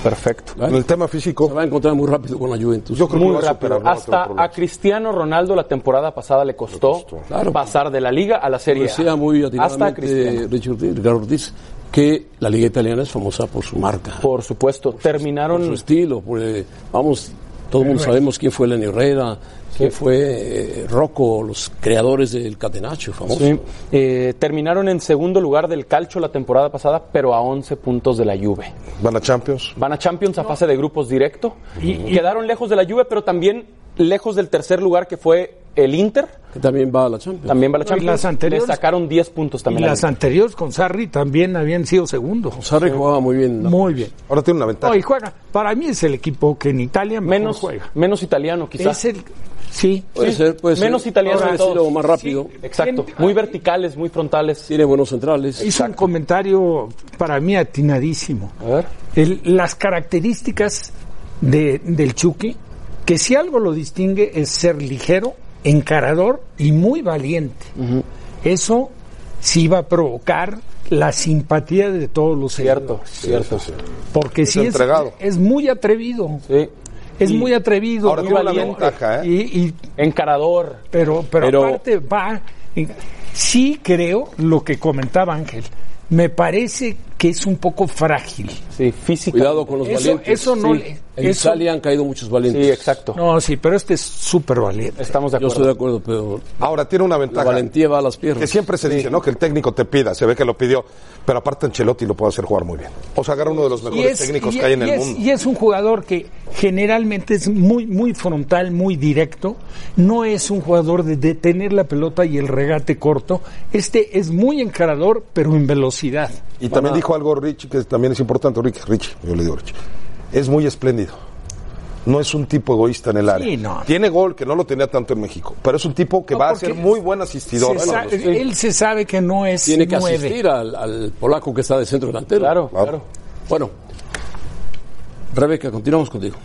Speaker 4: Perfecto. En el tema físico. Se
Speaker 2: va a encontrar muy rápido con la Juventus.
Speaker 4: Yo creo
Speaker 5: Muy
Speaker 4: que va a
Speaker 5: rápido.
Speaker 4: superar, no va a tener
Speaker 5: Hasta a Cristiano Ronaldo la temporada pasada le costó,
Speaker 2: Claro.
Speaker 5: pasar de la liga a la serie. A.
Speaker 2: Decía muy
Speaker 5: Hasta a
Speaker 2: atinadamente
Speaker 5: Cristiano.
Speaker 2: Richard Ortiz, Ricardo Ortiz que la liga italiana es famosa por su marca.
Speaker 5: Por supuesto, terminaron...
Speaker 2: su estilo, por, eh, vamos, todo el mundo sabemos quién fue Lenny Herrera, quién fue eh, Rocco, los creadores del Catenaccio famoso.
Speaker 5: Sí. Eh, terminaron en segundo lugar del calcho la temporada pasada, pero a 11 puntos de la Juve.
Speaker 4: ¿Van a Champions?
Speaker 5: Van a Champions a fase de grupos directo. Y, Quedaron lejos de la Juve, pero también lejos del tercer lugar que fue el Inter.
Speaker 2: Que también va a la Champions.
Speaker 5: También va a
Speaker 3: Y
Speaker 5: la Champions.
Speaker 3: las anteriores-
Speaker 5: Le sacaron 10 puntos
Speaker 3: Y
Speaker 5: también. al
Speaker 3: las anteriores con Sarri también habían sido segundos.
Speaker 2: Sarri jugaba muy bien.
Speaker 3: Muy bien.
Speaker 4: Ahora tiene una ventaja.
Speaker 3: No, y juega. Para mí es el equipo que en Italia menos juega.
Speaker 5: Menos italiano, quizás.
Speaker 3: Es el. Sí.
Speaker 2: Puede ser, puede ser.
Speaker 5: Menos italiano
Speaker 2: Ahora
Speaker 5: de
Speaker 2: es lo
Speaker 5: todos.
Speaker 2: más rápido.
Speaker 5: Exacto. Muy verticales, muy frontales.
Speaker 2: Tiene buenos centrales.
Speaker 3: Hizo un comentario para mí atinadísimo. El- las características de- del Chucky, que si algo lo distingue es ser ligero, encarador y muy valiente. Eso sí va a provocar la simpatía de todos los
Speaker 5: Cierto,
Speaker 3: seguidores.
Speaker 5: cierto.
Speaker 3: Porque
Speaker 5: Es
Speaker 3: sí es,
Speaker 5: entregado.
Speaker 3: es muy atrevido. Es
Speaker 5: Y-
Speaker 3: muy atrevido,
Speaker 5: Ahora
Speaker 3: muy
Speaker 5: tiene una
Speaker 3: valiente.
Speaker 5: ventaja, ¿eh?
Speaker 3: Y,
Speaker 5: Encarador.
Speaker 3: Pero, pero,
Speaker 5: Pero-
Speaker 3: aparte va. en- Sí creo lo que comentaba Ángel. Me parece que es un poco frágil.
Speaker 5: Sí, físico.
Speaker 2: Cuidado con los
Speaker 3: Eso-
Speaker 2: valientes.
Speaker 3: eso no le-
Speaker 2: En
Speaker 3: eso-
Speaker 2: Italia han caído muchos valientes.
Speaker 3: Sí,
Speaker 5: exacto.
Speaker 3: No, sí, pero este es súper valiente.
Speaker 5: Estamos
Speaker 2: de Yo estoy de acuerdo, pero
Speaker 4: Ahora tiene una ventaja.
Speaker 2: La valentía va a las piernas.
Speaker 4: Que siempre se dice, ¿no? Que el técnico te pida, se ve que lo pidió, pero aparte Ancelotti lo puede hacer jugar muy bien. O sea, agarra uno de los
Speaker 3: Y
Speaker 4: mejores
Speaker 3: es,
Speaker 4: técnicos
Speaker 3: y-
Speaker 4: que hay en
Speaker 3: y
Speaker 4: el
Speaker 3: es-
Speaker 4: mundo.
Speaker 3: y es un jugador que generalmente es muy, muy frontal, muy directo. No es un jugador de detener la pelota y el regate corto. Este es muy encarador, pero en velocidad.
Speaker 4: Y también dijo algo Richie, que también es importante, Ricky, Richie, yo le digo Richie. Es muy espléndido. No es un tipo egoísta en el área.
Speaker 3: no.
Speaker 4: Tiene gol, que no lo tenía tanto en México, pero es un tipo que
Speaker 3: No,
Speaker 4: va a
Speaker 3: porque
Speaker 4: ser muy buen asistidor.
Speaker 3: Se sa- Él se sabe que no es
Speaker 2: tiene que
Speaker 3: nueve.
Speaker 2: asistir al, al polaco que está de centro delantero. Claro,
Speaker 4: claro.
Speaker 2: Bueno, Rebeca, continuamos contigo.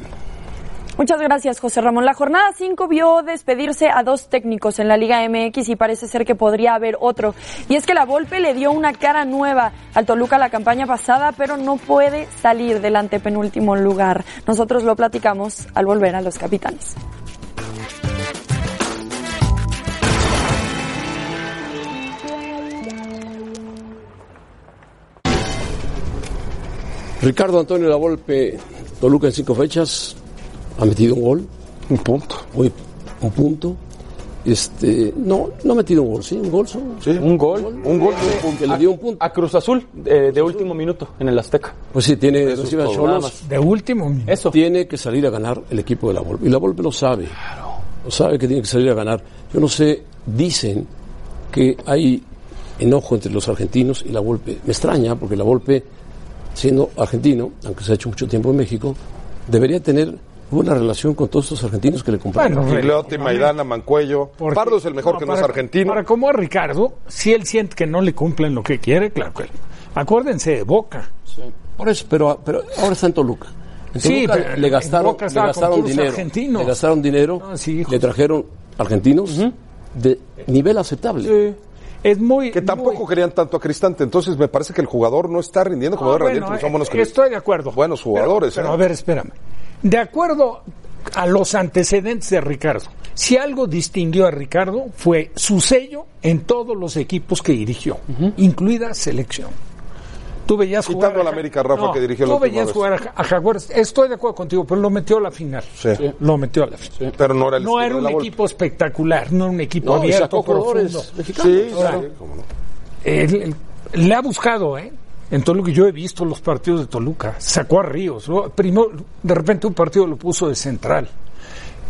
Speaker 10: Muchas gracias, José Ramón. La jornada 5 vio despedirse a dos técnicos en la Liga MX y parece ser que podría haber otro. Y es que la Volpe le dio una cara nueva al Toluca la campaña pasada, pero no puede salir del antepenúltimo lugar. Nosotros lo platicamos al volver a los capitanes.
Speaker 2: Ricardo Antonio Lavolpe, Toluca en cinco fechas, ha metido un gol. Un punto. Muy, un punto. Este, no, no ha metido un gol, sí, un gol solo.
Speaker 5: Un gol.
Speaker 2: Un gol. que le dio un
Speaker 5: punto. A Cruz Azul, eh, de último minuto, en el Azteca.
Speaker 2: Pues sí, tiene recibe a
Speaker 5: todo,
Speaker 2: Xolos.
Speaker 5: nada más.
Speaker 3: De último.
Speaker 2: Eso. Tiene que salir a ganar el equipo de la Volpe. Y la Volpe lo sabe. Lo sabe que tiene que salir a ganar. Yo no sé, dicen que hay enojo entre los argentinos y la Volpe. Me extraña porque la Volpe, siendo argentino, aunque se ha hecho mucho tiempo en México, debería tener buena relación con todos estos argentinos que le compraron.
Speaker 4: Gigliotti, Maidana, Mancuello.
Speaker 3: Porque-
Speaker 4: Pardo es el mejor que no es
Speaker 3: para-
Speaker 4: argentino.
Speaker 3: Para como a Ricardo, si él siente que no le cumplen lo que quiere, claro que acuérdense de Boca.
Speaker 2: Por eso, pero, pero ahora está en Toluca. En
Speaker 3: Sí,
Speaker 2: Toluca
Speaker 3: pero
Speaker 2: le gastaron,
Speaker 3: Boca
Speaker 2: le
Speaker 3: estaba con
Speaker 2: gastaron
Speaker 3: puros
Speaker 2: dinero.
Speaker 3: argentinos. Ah,
Speaker 2: Le gastaron dinero, le trajeron argentinos de nivel aceptable.
Speaker 3: Es muy.
Speaker 4: Que tampoco querían tanto a Cristante. Entonces me parece que el jugador no está rindiendo como
Speaker 3: Ah,
Speaker 4: debe
Speaker 3: bueno,
Speaker 4: rendir. porque son buenos
Speaker 3: eh, estoy de acuerdo.
Speaker 4: Buenos jugadores.
Speaker 3: Pero
Speaker 4: ¿eh?
Speaker 3: a ver, espérame. De acuerdo a los antecedentes de Ricardo, si algo distinguió a Ricardo fue su sello en todos los equipos que dirigió, incluida selección. Tú veías jugar
Speaker 4: Quitando al América, Rafa, que dirigió la
Speaker 3: Tú
Speaker 4: última
Speaker 3: veías
Speaker 4: vez.
Speaker 3: jugar a, a Jaguares. Estoy de acuerdo contigo, pero lo metió a la final.
Speaker 4: Sí.
Speaker 3: Lo metió a la final.
Speaker 4: Pero no era el
Speaker 3: No
Speaker 4: estilo
Speaker 3: era
Speaker 4: de
Speaker 3: un
Speaker 4: la Volpe.
Speaker 3: equipo espectacular, no era un equipo
Speaker 2: No, y
Speaker 3: abierto,
Speaker 2: sacó jugadores
Speaker 3: profundo.
Speaker 2: mexicanos.
Speaker 3: Sí,
Speaker 2: Claro.
Speaker 3: claro. Él- él- le ha buscado, ¿eh? En todo lo que yo he visto los partidos de Toluca, sacó a Ríos. ¿no? Primero, de repente un partido lo puso de central.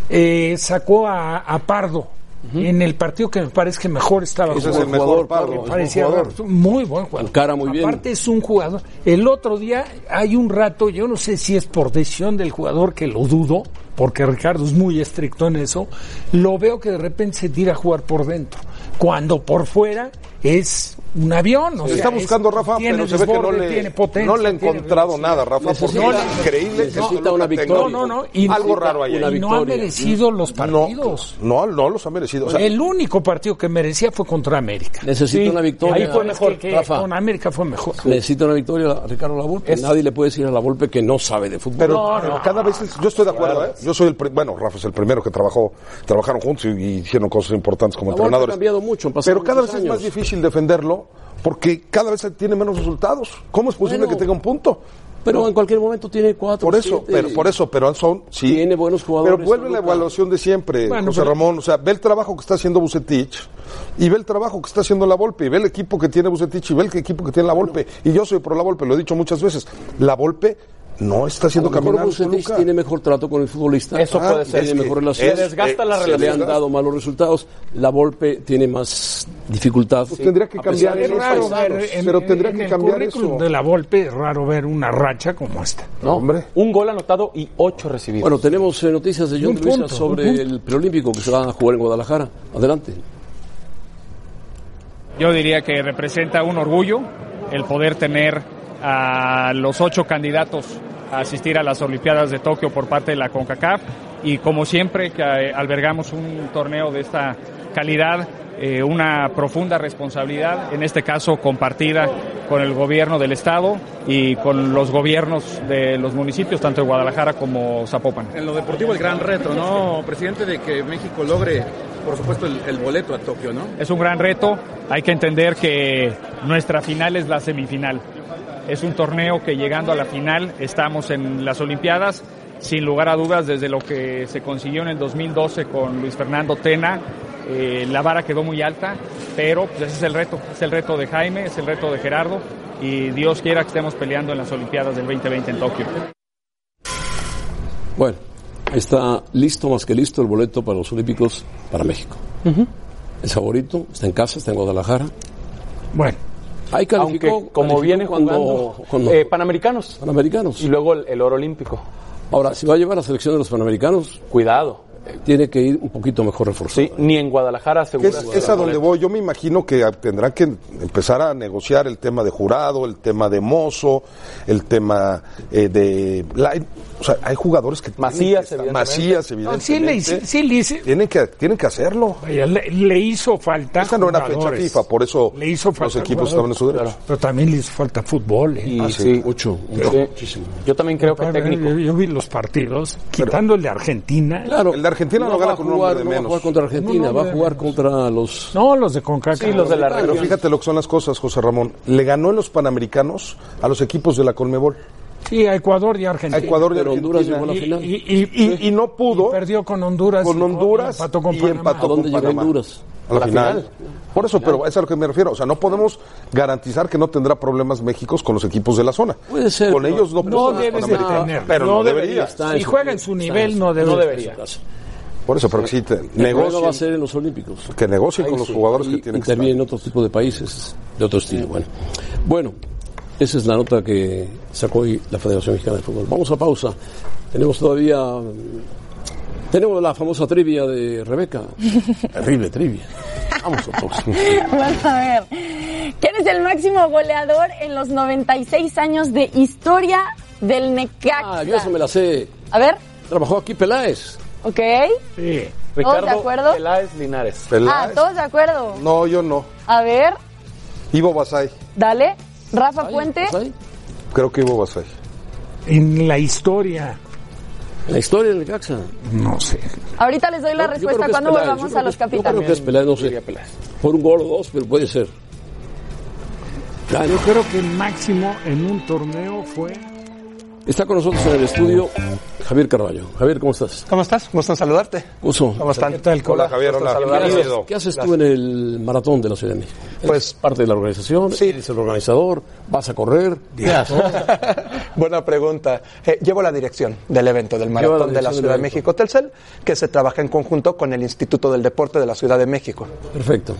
Speaker 3: Eh, sacó a, a Pardo. En el partido que me parece que mejor estaba
Speaker 4: Ese es
Speaker 3: jugando.
Speaker 4: el mejor,
Speaker 3: Me
Speaker 4: Pardo, es un
Speaker 3: parecía
Speaker 4: jugador.
Speaker 3: muy buen jugador.
Speaker 2: Encara muy bien.
Speaker 3: Aparte es un jugador. El otro día hay un rato, yo no sé si es por decisión del jugador que lo dudo, porque Ricardo es muy estricto en eso, lo veo que de repente se tira a jugar por dentro, cuando por fuera es un avión. o
Speaker 4: Se
Speaker 3: sea,
Speaker 4: está
Speaker 3: es-
Speaker 4: buscando Rafa,
Speaker 3: tiene
Speaker 4: pero se ve que no
Speaker 3: desborde,
Speaker 4: le,
Speaker 3: tiene potencia,
Speaker 4: no le ha
Speaker 3: tiene
Speaker 4: encontrado
Speaker 3: velocidad.
Speaker 4: nada, Rafa, porque
Speaker 3: Necesita-
Speaker 4: es increíble que
Speaker 2: necesita
Speaker 4: Toluca
Speaker 2: una
Speaker 4: tenga-
Speaker 2: victoria.
Speaker 3: No, no, no, y
Speaker 4: algo
Speaker 3: necesita
Speaker 4: raro ahí.
Speaker 3: una Y no ha victoria. merecido los partidos.
Speaker 4: No, no, no los ha merecido. O sea,
Speaker 3: el único partido que merecía fue contra América.
Speaker 2: Necesita una victoria.
Speaker 3: Ahí fue
Speaker 2: Es
Speaker 3: mejor.
Speaker 2: que- que Rafa.
Speaker 3: Con América fue mejor.
Speaker 2: Necesita una victoria a Ricardo Lavolpe.
Speaker 3: Es-
Speaker 2: Nadie le puede decir a Lavolpe que no sabe de fútbol.
Speaker 4: pero, pero cada vez es- yo estoy de acuerdo, ¿eh? Yo soy el pri- bueno, Rafa es el primero que trabajó, trabajaron juntos y, y hicieron cosas importantes como
Speaker 2: La Volpe ha
Speaker 4: entrenadores.
Speaker 2: cambiado mucho. han pasado
Speaker 4: Pero cada vez
Speaker 2: muchos
Speaker 4: es más
Speaker 2: años.
Speaker 4: difícil defenderlo porque cada vez tiene menos resultados. ¿Cómo es posible
Speaker 2: Bueno,
Speaker 4: que tenga un punto?
Speaker 2: Pero en cualquier momento tiene cuatro.
Speaker 4: Por eso,
Speaker 2: siete.
Speaker 4: pero por eso, pero son sí.
Speaker 2: Tiene buenos jugadores.
Speaker 4: Pero vuelve la
Speaker 2: Toluca.
Speaker 4: evaluación de siempre,
Speaker 2: Bueno,
Speaker 4: José
Speaker 2: pero-
Speaker 4: Ramón. O sea, ve el trabajo que está haciendo Bucetich y ve el trabajo que está haciendo la Volpe y ve el equipo que tiene Bucetich y ve el equipo que tiene la Volpe. Y yo soy pro la Volpe, lo he dicho muchas veces. La Volpe no está haciendo
Speaker 2: A lo mejor
Speaker 4: caminar.
Speaker 2: Bucetich
Speaker 4: Toluca.
Speaker 2: tiene mejor trato con el futbolista.
Speaker 4: Eso puede
Speaker 2: Ah,
Speaker 4: ser.
Speaker 2: Tiene
Speaker 4: Es
Speaker 2: mejor
Speaker 4: que- eh,
Speaker 2: relación.
Speaker 4: es- Se desgasta la
Speaker 2: se
Speaker 4: relación.
Speaker 2: Le han dado malos resultados. La Volpe tiene más dificultad.
Speaker 4: Pues tendría que
Speaker 2: A pesar
Speaker 4: cambiar
Speaker 2: de
Speaker 4: eso,
Speaker 2: los
Speaker 4: raro
Speaker 2: paisanos.
Speaker 4: ver-
Speaker 3: en-
Speaker 4: Pero
Speaker 3: en-
Speaker 4: tendría
Speaker 3: en
Speaker 4: que
Speaker 3: el
Speaker 4: cambiar
Speaker 3: currículum
Speaker 4: eso.
Speaker 3: de la Volpe es raro ver una racha como esta.
Speaker 5: No, Un gol anotado y ocho recibidos.
Speaker 2: Bueno, tenemos eh, noticias de John
Speaker 3: Un
Speaker 2: Luisa
Speaker 3: punto,
Speaker 2: sobre
Speaker 3: un punto.
Speaker 2: el preolímpico que se va a jugar en Guadalajara. Adelante.
Speaker 13: Yo diría que representa un orgullo el poder tener a los ocho candidatos a asistir a las Olimpiadas de Tokio por parte de la CONCACAF y como siempre que eh, albergamos un torneo de esta calidad eh, una profunda responsabilidad, en este caso compartida con el gobierno del Estado y con los gobiernos de los municipios, tanto de Guadalajara como Zapopan.
Speaker 14: En lo deportivo el gran reto, ¿no, presidente? De que México logre, por supuesto, el, el boleto a Tokio, ¿no?
Speaker 13: Es un gran reto, hay que entender que nuestra final es la semifinal. Es un torneo que llegando a la final estamos en las Olimpiadas, sin lugar a dudas desde lo que se consiguió en el 2012 con Luis Fernando Tena. eh, la vara quedó muy alta, pero pues, ese es el reto, es el reto de Jaime, es el reto de Gerardo y Dios quiera que estemos peleando en las Olimpiadas del 2020 en Tokio.
Speaker 2: Bueno, está listo más que listo el boleto para los Olímpicos para México. Es favorito, está en casa, está en Guadalajara.
Speaker 3: Bueno.
Speaker 2: Ahí calificó,
Speaker 5: Aunque como
Speaker 2: calificó
Speaker 5: vienen
Speaker 2: cuando-
Speaker 5: jugando *laughs*
Speaker 2: cuando-
Speaker 5: eh, Panamericanos.
Speaker 2: Panamericanos.
Speaker 5: Y luego el, el oro olímpico.
Speaker 2: Ahora, si va a llevar a la selección de los Panamericanos, eh,
Speaker 5: cuidado.
Speaker 2: Tiene que ir un poquito mejor reforzado.
Speaker 5: Ni en Guadalajara
Speaker 4: Que
Speaker 5: asegura.
Speaker 4: Es, es a donde voy. Yo me imagino que tendrán que empezar a negociar el tema de jurado, el tema de mozo, el tema eh, de. la- o sea, hay jugadores que. tienen
Speaker 3: Macías,
Speaker 4: que estar-
Speaker 3: evidentemente.
Speaker 4: Macías,
Speaker 3: No, sí le
Speaker 4: evidentemente.
Speaker 3: hice- sí le hice-
Speaker 4: Tienen que, tienen que hacerlo.
Speaker 3: Vaya, le, le hizo falta.
Speaker 4: Esta no era fecha
Speaker 3: jugadores.
Speaker 4: FIFA, por eso
Speaker 3: Le hizo falta
Speaker 4: los equipos estaban en
Speaker 3: jugadores.
Speaker 4: su derecho.
Speaker 3: Pero también le hizo falta fútbol. ¿eh?
Speaker 4: Y Ah, sí, sí. mucho, mucho,
Speaker 3: Pero-
Speaker 4: muchísimo.
Speaker 5: Yo también creo
Speaker 3: que técnico. Yo, yo vi los partidos, quitando el de Argentina.
Speaker 2: Claro,
Speaker 4: el de Argentina
Speaker 2: no va a jugar, no va a jugar contra Argentina, va a jugar contra los.
Speaker 3: No, los de Concacaf.
Speaker 4: Pero fíjate lo que son las cosas, José Ramón. Le ganó en los Panamericanos a los equipos de la Colmebol.
Speaker 3: Sí, a Ecuador y a Argentina.
Speaker 4: A Ecuador y a Pero Honduras Argentina. llegó a la
Speaker 3: Y-
Speaker 4: final.
Speaker 3: Y, y- y-
Speaker 4: y no pudo.
Speaker 3: perdió con Honduras.
Speaker 4: Con
Speaker 3: y
Speaker 4: Honduras
Speaker 3: empató con
Speaker 4: y
Speaker 3: Panamá.
Speaker 4: empató con Panamá. A la, final. Por eso, pero a eso es a lo que me refiero. O sea, no podemos garantizar que no tendrá problemas México con los equipos de la zona.
Speaker 2: Puede ser.
Speaker 4: Con ellos no,
Speaker 3: No
Speaker 4: puede-
Speaker 3: debes de
Speaker 4: Panamericanos.
Speaker 3: tener.
Speaker 4: Pero no, debería.
Speaker 3: Si juega en su nivel, no debe.
Speaker 4: Por eso, pero que sí, te-
Speaker 2: El problema va a
Speaker 4: negocien,
Speaker 2: ser en los Olímpicos.
Speaker 4: que negocien con los jugadores que tienen que estar.
Speaker 2: Intervienen otro tipo de países, de otro estilo. Bueno. bueno, esa es la nota que sacó hoy la Federación Mexicana de Fútbol. Vamos a pausa. Tenemos todavía. mm, Tenemos la famosa trivia de
Speaker 4: *laughs*
Speaker 2: Rebeca. Terrible trivia. Vamos a pausa.
Speaker 10: *laughs* Vamos a ver. ¿Quién es el máximo goleador en los 96 años de historia del Necaxa?
Speaker 2: Ah, yo eso me la sé.
Speaker 10: A ver,
Speaker 2: Trabajó aquí Peláez.
Speaker 10: ok.
Speaker 2: Sí.
Speaker 10: ¿Todos de acuerdo?
Speaker 5: Peláez Linares.
Speaker 10: Ah, todos de acuerdo.
Speaker 4: No, yo no.
Speaker 10: A ver,
Speaker 4: Ivo Basay.
Speaker 10: dale. Rafa Puente.
Speaker 4: Creo que Ivo Basay.
Speaker 3: En la historia.
Speaker 2: La historia del Necaxa.
Speaker 3: No sé.
Speaker 10: Ahorita les doy la respuesta Pues cuando volvamos a los
Speaker 2: Yo creo que es
Speaker 10: capitanes.
Speaker 2: Peláez, no sé. Por un gol o dos, pero puede ser.
Speaker 3: Yo creo que el máximo en un torneo fue.
Speaker 2: Está con nosotros en el estudio Javier Carballo. Javier, ¿cómo estás?
Speaker 15: ¿Cómo estás? Gusto en saludarte.
Speaker 2: Uso.
Speaker 15: ¿Cómo están?
Speaker 2: ¿Qué tal,
Speaker 15: Hola, Javier, hola.
Speaker 2: ¿Qué haces,
Speaker 15: Bienvenido.
Speaker 2: qué haces tú en el maratón de la Ciudad de México? Pues parte de la organización, eres el organizador, vas a correr.
Speaker 15: *laughs* Buena pregunta. Eh, llevo la dirección del evento del
Speaker 2: Lleva la
Speaker 15: Maratón de la
Speaker 2: dirección
Speaker 15: Ciudad de
Speaker 2: del
Speaker 15: México Telcel, que se trabaja en conjunto con el Instituto del Deporte de la Ciudad de México.
Speaker 2: Perfecto.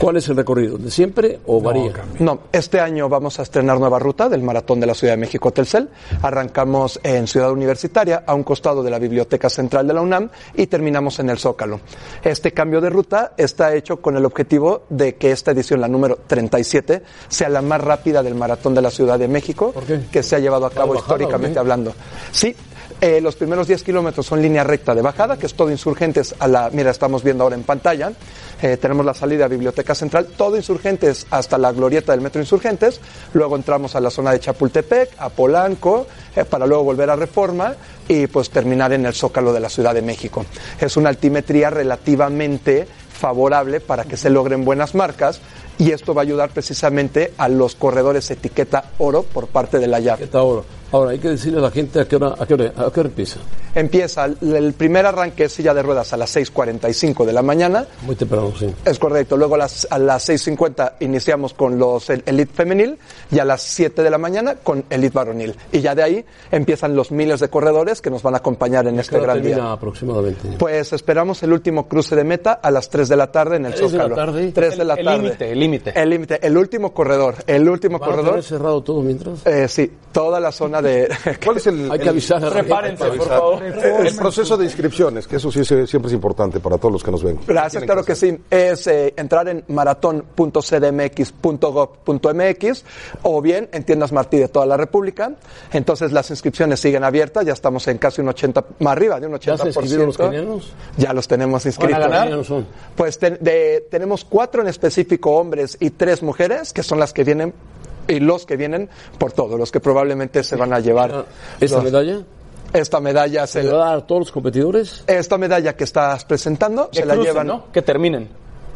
Speaker 2: ¿Cuál es el recorrido? ¿De siempre o varía?
Speaker 15: No, este año vamos a estrenar nueva ruta del Maratón de la Ciudad de México Telcel. Arrancamos en Ciudad Universitaria, a un costado de la Biblioteca Central de la UNAM y terminamos en el Zócalo. Este cambio de ruta está hecho con el objetivo de que esta edición, la número 37, sea la más rápida del Maratón de la Ciudad de México que se ha llevado a cabo
Speaker 12: bajada o qué?
Speaker 15: históricamente hablando. Sí, eh, los primeros 10 kilómetros son línea recta de bajada, que es todo insurgentes a la, mira, estamos viendo ahora en pantalla, eh, tenemos la salida a Biblioteca Central, todo insurgentes hasta la glorieta del Metro Insurgentes, luego entramos a la zona de Chapultepec, a Polanco, eh, para luego volver a Reforma y pues terminar en el Zócalo de la Ciudad de México. Es una altimetría relativamente favorable para que se logren buenas marcas y esto va a ayudar precisamente a los corredores etiqueta oro por parte de la llave.
Speaker 2: Etiqueta oro. Ahora, hay que decirle a la gente a qué hora, a qué hora, a qué hora empieza.
Speaker 15: Empieza el el primer arranque es silla de ruedas a las 6.45 de la mañana.
Speaker 2: Muy temprano, sí.
Speaker 15: Es correcto. Luego a las, a las 6.50 iniciamos con los el- Elite Femenil y a las 7 de la mañana con Elite Varonil. Y ya de ahí empiezan los miles de corredores que nos van a acompañar en
Speaker 2: ¿Qué
Speaker 15: este
Speaker 2: hora
Speaker 15: gran
Speaker 2: termina
Speaker 15: día.
Speaker 2: aproximadamente?
Speaker 15: Pues esperamos el último cruce de meta a las 3 de la tarde en el
Speaker 2: ¿Tres de la
Speaker 15: Zócalo.
Speaker 2: tarde?
Speaker 15: 3 de la
Speaker 2: El- el
Speaker 15: tarde.
Speaker 2: límite, el
Speaker 5: límite.
Speaker 15: El límite, el último corredor, el último
Speaker 2: ¿Van a
Speaker 15: corredor.
Speaker 2: tener cerrado todo mientras?
Speaker 15: Eh, sí, toda la zona de.
Speaker 4: *laughs* ¿Cuál es el,
Speaker 2: Hay que
Speaker 4: el-
Speaker 2: avisar a la Prepárense, gente. por favor.
Speaker 4: El proceso de inscripciones, que eso sí es- siempre es importante para todos los que nos ven.
Speaker 15: *laughs* Gracias, claro que sí. Es eh, entrar en maratón.cdmx.gov.mx o bien en tiendas Martí de toda la República. Entonces las inscripciones siguen abiertas, ya estamos en casi un 80, más arriba de un 80%.
Speaker 2: ¿Ya se inscribieron los kenianos?
Speaker 15: Ya los tenemos inscritos.
Speaker 2: ¿Van a ganar? Son.
Speaker 15: Pues ten- de- tenemos cuatro en específico hombres y tres mujeres, que son las que vienen y los que vienen por todo, los que probablemente se van a llevar.
Speaker 2: Ah, ¿Esta
Speaker 15: los-
Speaker 2: medalla?
Speaker 15: Esta medalla se,
Speaker 2: va a dar a todos los competidores?
Speaker 15: Esta medalla que estás presentando
Speaker 5: Que
Speaker 15: se la
Speaker 5: crucen,
Speaker 15: llevan.
Speaker 5: ¿no? Que terminen.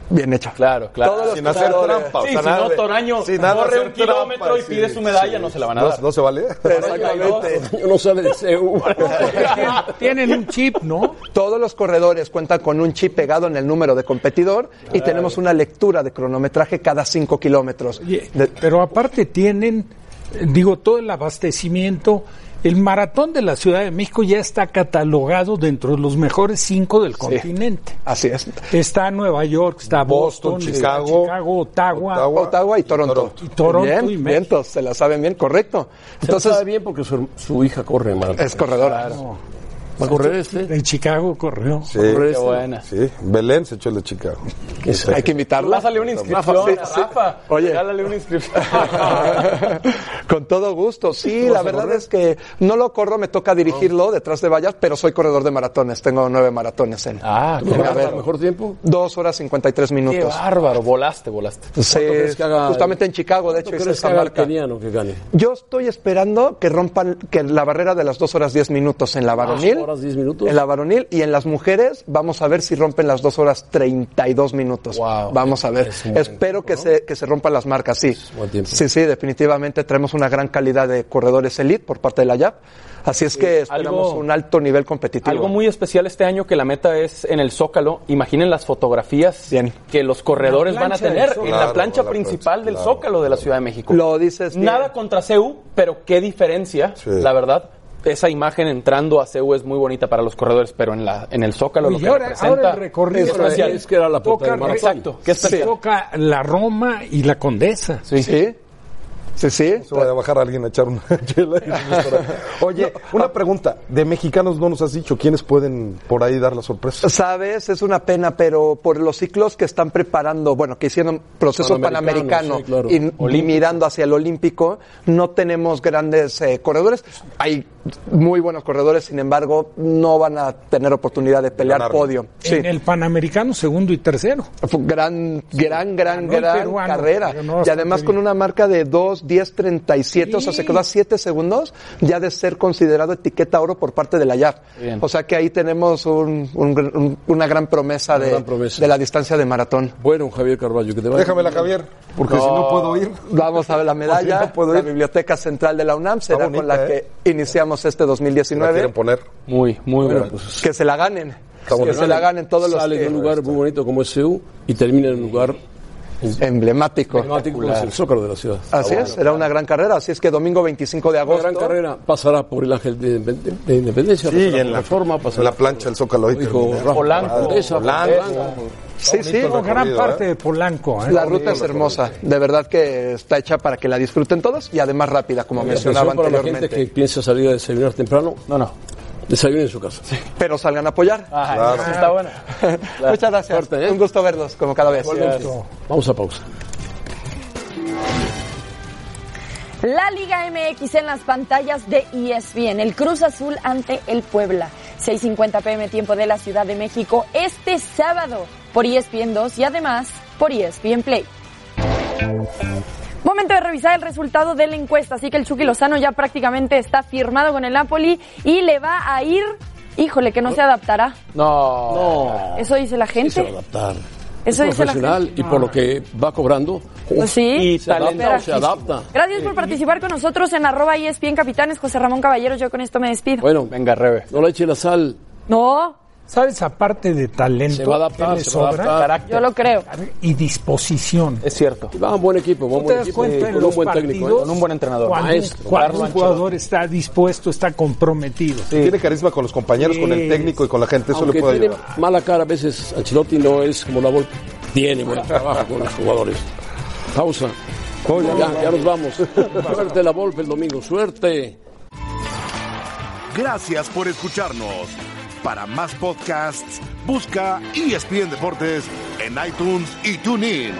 Speaker 15: Bien hecho.
Speaker 5: Claro, claro.
Speaker 15: Todos los
Speaker 5: Sin hacer
Speaker 15: corredores.
Speaker 5: trampa, o Sí, sea, si nada no, de- Toraño sin nada corre hacer un kilómetro trampa, y sí, pide su medalla, sí. no se la van a No- dar.
Speaker 4: no se
Speaker 15: *laughs*
Speaker 4: vale.
Speaker 2: Exactamente. No sale
Speaker 3: *laughs*
Speaker 2: de CEU.
Speaker 15: Tienen un chip, ¿no? Todos los corredores cuentan con un chip pegado en el número de competidor y tenemos una lectura de cronometraje cada 5 kilómetros.
Speaker 3: Pero aparte tienen, eh, digo, todo el abastecimiento. El maratón de la Ciudad de México ya está catalogado dentro de los mejores cinco del continente.
Speaker 15: Así es.
Speaker 3: Está Nueva York, está Boston, eh,
Speaker 15: Boston,
Speaker 3: está
Speaker 15: Chicago,
Speaker 3: Chicago, Ottawa,
Speaker 15: Ottawa y Toronto.
Speaker 3: Y Toronto
Speaker 15: bien,
Speaker 3: y
Speaker 15: bien, entonces, se la saben bien, correcto. Entonces,
Speaker 2: sabe bien porque su, su hija corre maratón.
Speaker 15: Es corredora.
Speaker 2: ¿Va a correr este?
Speaker 3: En Chicago corrió.
Speaker 4: Sí,
Speaker 2: Corre
Speaker 4: Qué
Speaker 2: este.
Speaker 4: buena. Sí, Belén se echó el de Chicago.
Speaker 15: Hay que invitarla.
Speaker 5: Pásale una inscripción
Speaker 15: Sí,
Speaker 5: a
Speaker 15: sí.
Speaker 4: *laughs*
Speaker 5: Rafa.
Speaker 15: Oye.
Speaker 5: Regálale una inscripción.
Speaker 15: *laughs* Con todo gusto, sí,
Speaker 5: ¿Vas
Speaker 15: la
Speaker 5: a
Speaker 15: verdad
Speaker 5: correr?
Speaker 15: es que no lo corro, me toca dirigirlo detrás de vallas, pero soy corredor de maratones, tengo nueve maratones en. Ah,
Speaker 2: ¿Tú vas a dar mejor tiempo?
Speaker 15: Dos horas cincuenta y tres
Speaker 5: Qué
Speaker 15: minutos.
Speaker 5: bárbaro, volaste, volaste.
Speaker 15: Sí, justamente en Chicago, de hecho, hice
Speaker 2: crees que
Speaker 15: esta
Speaker 2: haga el
Speaker 15: marca.
Speaker 2: keniano que gane?
Speaker 15: Yo estoy esperando que rompan que la barrera de las dos horas diez minutos en la varonil.
Speaker 2: horas, 10 minutos.
Speaker 15: En la varonil y en las mujeres vamos a ver si rompen las dos horas 32 minutos. Vamos a ver. Espero que, se, que se rompan las marcas, sí. Sí, sí, definitivamente traemos una gran calidad de corredores elite por parte de la YAP. Así es que esperamos
Speaker 5: Eh, algo-
Speaker 15: un alto nivel competitivo.
Speaker 5: Algo muy especial este año que la meta es en el Zócalo. Imaginen las fotografías que los corredores
Speaker 15: La
Speaker 5: van a
Speaker 15: plancha del
Speaker 5: tener
Speaker 15: Zócalo.
Speaker 5: en
Speaker 15: Claro,
Speaker 5: la plancha
Speaker 15: la
Speaker 5: principal
Speaker 15: plancha,
Speaker 5: del
Speaker 15: claro,
Speaker 5: Zócalo de la Ciudad de México.
Speaker 15: Lo dices bien.
Speaker 5: Nada contra CEU, pero qué diferencia, la verdad. Esa imagen entrando a CEU es muy bonita para los corredores, pero en la en el Zócalo
Speaker 3: Uy,
Speaker 5: lo
Speaker 3: y
Speaker 5: que
Speaker 3: ahora-
Speaker 5: representa
Speaker 3: ahora el recorrido
Speaker 5: es especial.
Speaker 3: es que era la puerta del maratón.
Speaker 5: Exacto, qué especial.
Speaker 3: toca la Roma y la Condesa.
Speaker 15: Sí. Sí. Sí,
Speaker 4: Se va a bajar alguien a echar una chela. Oye, una pregunta. De mexicanos no nos has dicho quiénes pueden por ahí dar
Speaker 15: *laughs*
Speaker 4: la sorpresa.
Speaker 15: Sabes, es una pena, pero por los ciclos que están preparando, bueno, que hicieron proceso panamericano,
Speaker 4: Panamericano, sí, claro.
Speaker 15: y
Speaker 4: Olímpico.
Speaker 15: mirando hacia el olímpico, no tenemos grandes eh, corredores. Hay muy buenos corredores, sin embargo, no van a tener oportunidad de pelear
Speaker 3: Ganar.
Speaker 15: podio. Sí.
Speaker 3: En el Panamericano, segundo y tercero.
Speaker 15: Fue gran, gran, gran,
Speaker 3: Ganó el
Speaker 15: gran
Speaker 3: peruano,
Speaker 15: carrera.
Speaker 3: pero no
Speaker 15: y
Speaker 3: bastante
Speaker 15: además con
Speaker 3: bien.
Speaker 15: una marca de 2, 10, 37, o sea, se quedó a 7 segundos ya de ser considerado etiqueta oro por parte de la YAF.
Speaker 2: Bien.
Speaker 15: O sea que ahí tenemos un- un gr- un- una gran promesa, de,
Speaker 2: gran promesa.
Speaker 15: de la distancia de maratón.
Speaker 2: Bueno, Javier Carballo, que te vaya
Speaker 15: Déjamela,
Speaker 2: muy bien.
Speaker 15: Javier, porque si no puedo ir. Vamos a
Speaker 2: *laughs*
Speaker 15: ver la medalla,
Speaker 2: Porque no puedo
Speaker 15: la
Speaker 2: ir.
Speaker 15: Biblioteca Central de la UNAM será
Speaker 2: bonita,
Speaker 15: con la
Speaker 2: ¿eh?
Speaker 15: que iniciamos este 2019.
Speaker 2: ¿La quieren
Speaker 4: poner?
Speaker 5: Muy, muy
Speaker 2: bueno. pues.
Speaker 15: Que se la ganen. Que se la ganen todos los
Speaker 2: Sale de un lugar muy bonito como es CEU y termina en un lugar
Speaker 15: emblemático.
Speaker 2: Emblemático como es el Zócalo de la ciudad.
Speaker 15: Así es, será una gran carrera. Así es que domingo 25 de
Speaker 2: Una
Speaker 15: agosto.
Speaker 2: gran carrera pasará por el Ángel de, Independ- de Independencia.
Speaker 4: Sí,
Speaker 2: pasará
Speaker 4: y en
Speaker 2: por
Speaker 4: la-
Speaker 2: Reforma, pasará
Speaker 4: en la plancha del Zócalo hoy
Speaker 2: Dijo
Speaker 15: Pues,
Speaker 4: termina.
Speaker 2: Rafa
Speaker 4: Polanco,
Speaker 2: Condesa,
Speaker 4: Polanco.
Speaker 2: Polanco.
Speaker 15: eh, Sí, sí,
Speaker 3: Con
Speaker 2: ¿eh?
Speaker 3: gran parte de Polanco. ¿eh?
Speaker 15: La ruta es hermosa, de verdad que está hecha para que la disfruten todos y además rápida, como
Speaker 2: Y
Speaker 15: mencionaba
Speaker 2: atención para la gente
Speaker 15: anteriormente.
Speaker 2: que piensa salir a desayunar temprano.
Speaker 5: No, no.
Speaker 2: Desayunen en su casa.
Speaker 15: Pero salgan a apoyar.
Speaker 2: Claro. ¿eh?
Speaker 5: está bueno.
Speaker 15: *laughs* Muchas gracias. Un gusto verlos, como cada vez.
Speaker 2: Igualmente. Vamos a pausa.
Speaker 10: La Liga MX en las pantallas de E ESPN. El Cruz Azul ante el Puebla. 6.50 pm tiempo de la Ciudad de México este sábado por E ESPN 2 y además por E ESPN Play. Momento de revisar el resultado de la encuesta, así que el Chucky Lozano ya prácticamente está firmado con el Napoli y le va a ir, híjole, que no se adaptará.
Speaker 5: No.
Speaker 10: Eso dice la
Speaker 2: Sí se va a
Speaker 10: gente.
Speaker 2: adaptar.
Speaker 10: Eso
Speaker 2: es
Speaker 10: dice la
Speaker 2: profesional
Speaker 10: gente.
Speaker 2: y por lo que va cobrando.
Speaker 10: Pues sí. Y
Speaker 2: se adapta o se
Speaker 10: talentoso.
Speaker 2: adapta.
Speaker 10: Gracias por participar con nosotros en arroba E ESPN Capitanes. José Ramón Caballero, yo con esto me despido.
Speaker 2: Bueno,
Speaker 5: venga, Rebe.
Speaker 2: No le eche la sal.
Speaker 10: No.
Speaker 3: ¿Sabes? Aparte de talento,
Speaker 2: Se va a adaptar,
Speaker 3: que le
Speaker 2: se va a
Speaker 3: sobra,
Speaker 2: adaptar.
Speaker 10: Yo lo creo.
Speaker 3: y disposición.
Speaker 5: Es cierto.
Speaker 2: Va un buen equipo, va
Speaker 3: ¿Tú
Speaker 2: un
Speaker 3: te
Speaker 2: buen
Speaker 3: das
Speaker 2: equipo.
Speaker 3: cuenta en
Speaker 2: con un
Speaker 3: los
Speaker 2: buen técnico. ¿eh?
Speaker 3: partidos? Cuando, un- cuando un jugador está dispuesto, está comprometido.
Speaker 4: Tiene carisma con los compañeros, con el
Speaker 3: Sí.
Speaker 4: técnico y con la gente. Eso
Speaker 2: Aunque
Speaker 4: le puede
Speaker 2: tiene
Speaker 4: ayudar.
Speaker 2: mala cara a veces, Ancelotti no es como la Volpe. Tiene buen trabajo con los jugadores. Pausa. ya, ya nos vamos. Suerte la Volpe el domingo. Suerte.
Speaker 6: Gracias por escucharnos. Para más E podcasts, busca ESPN Deportes en iTunes y TuneIn.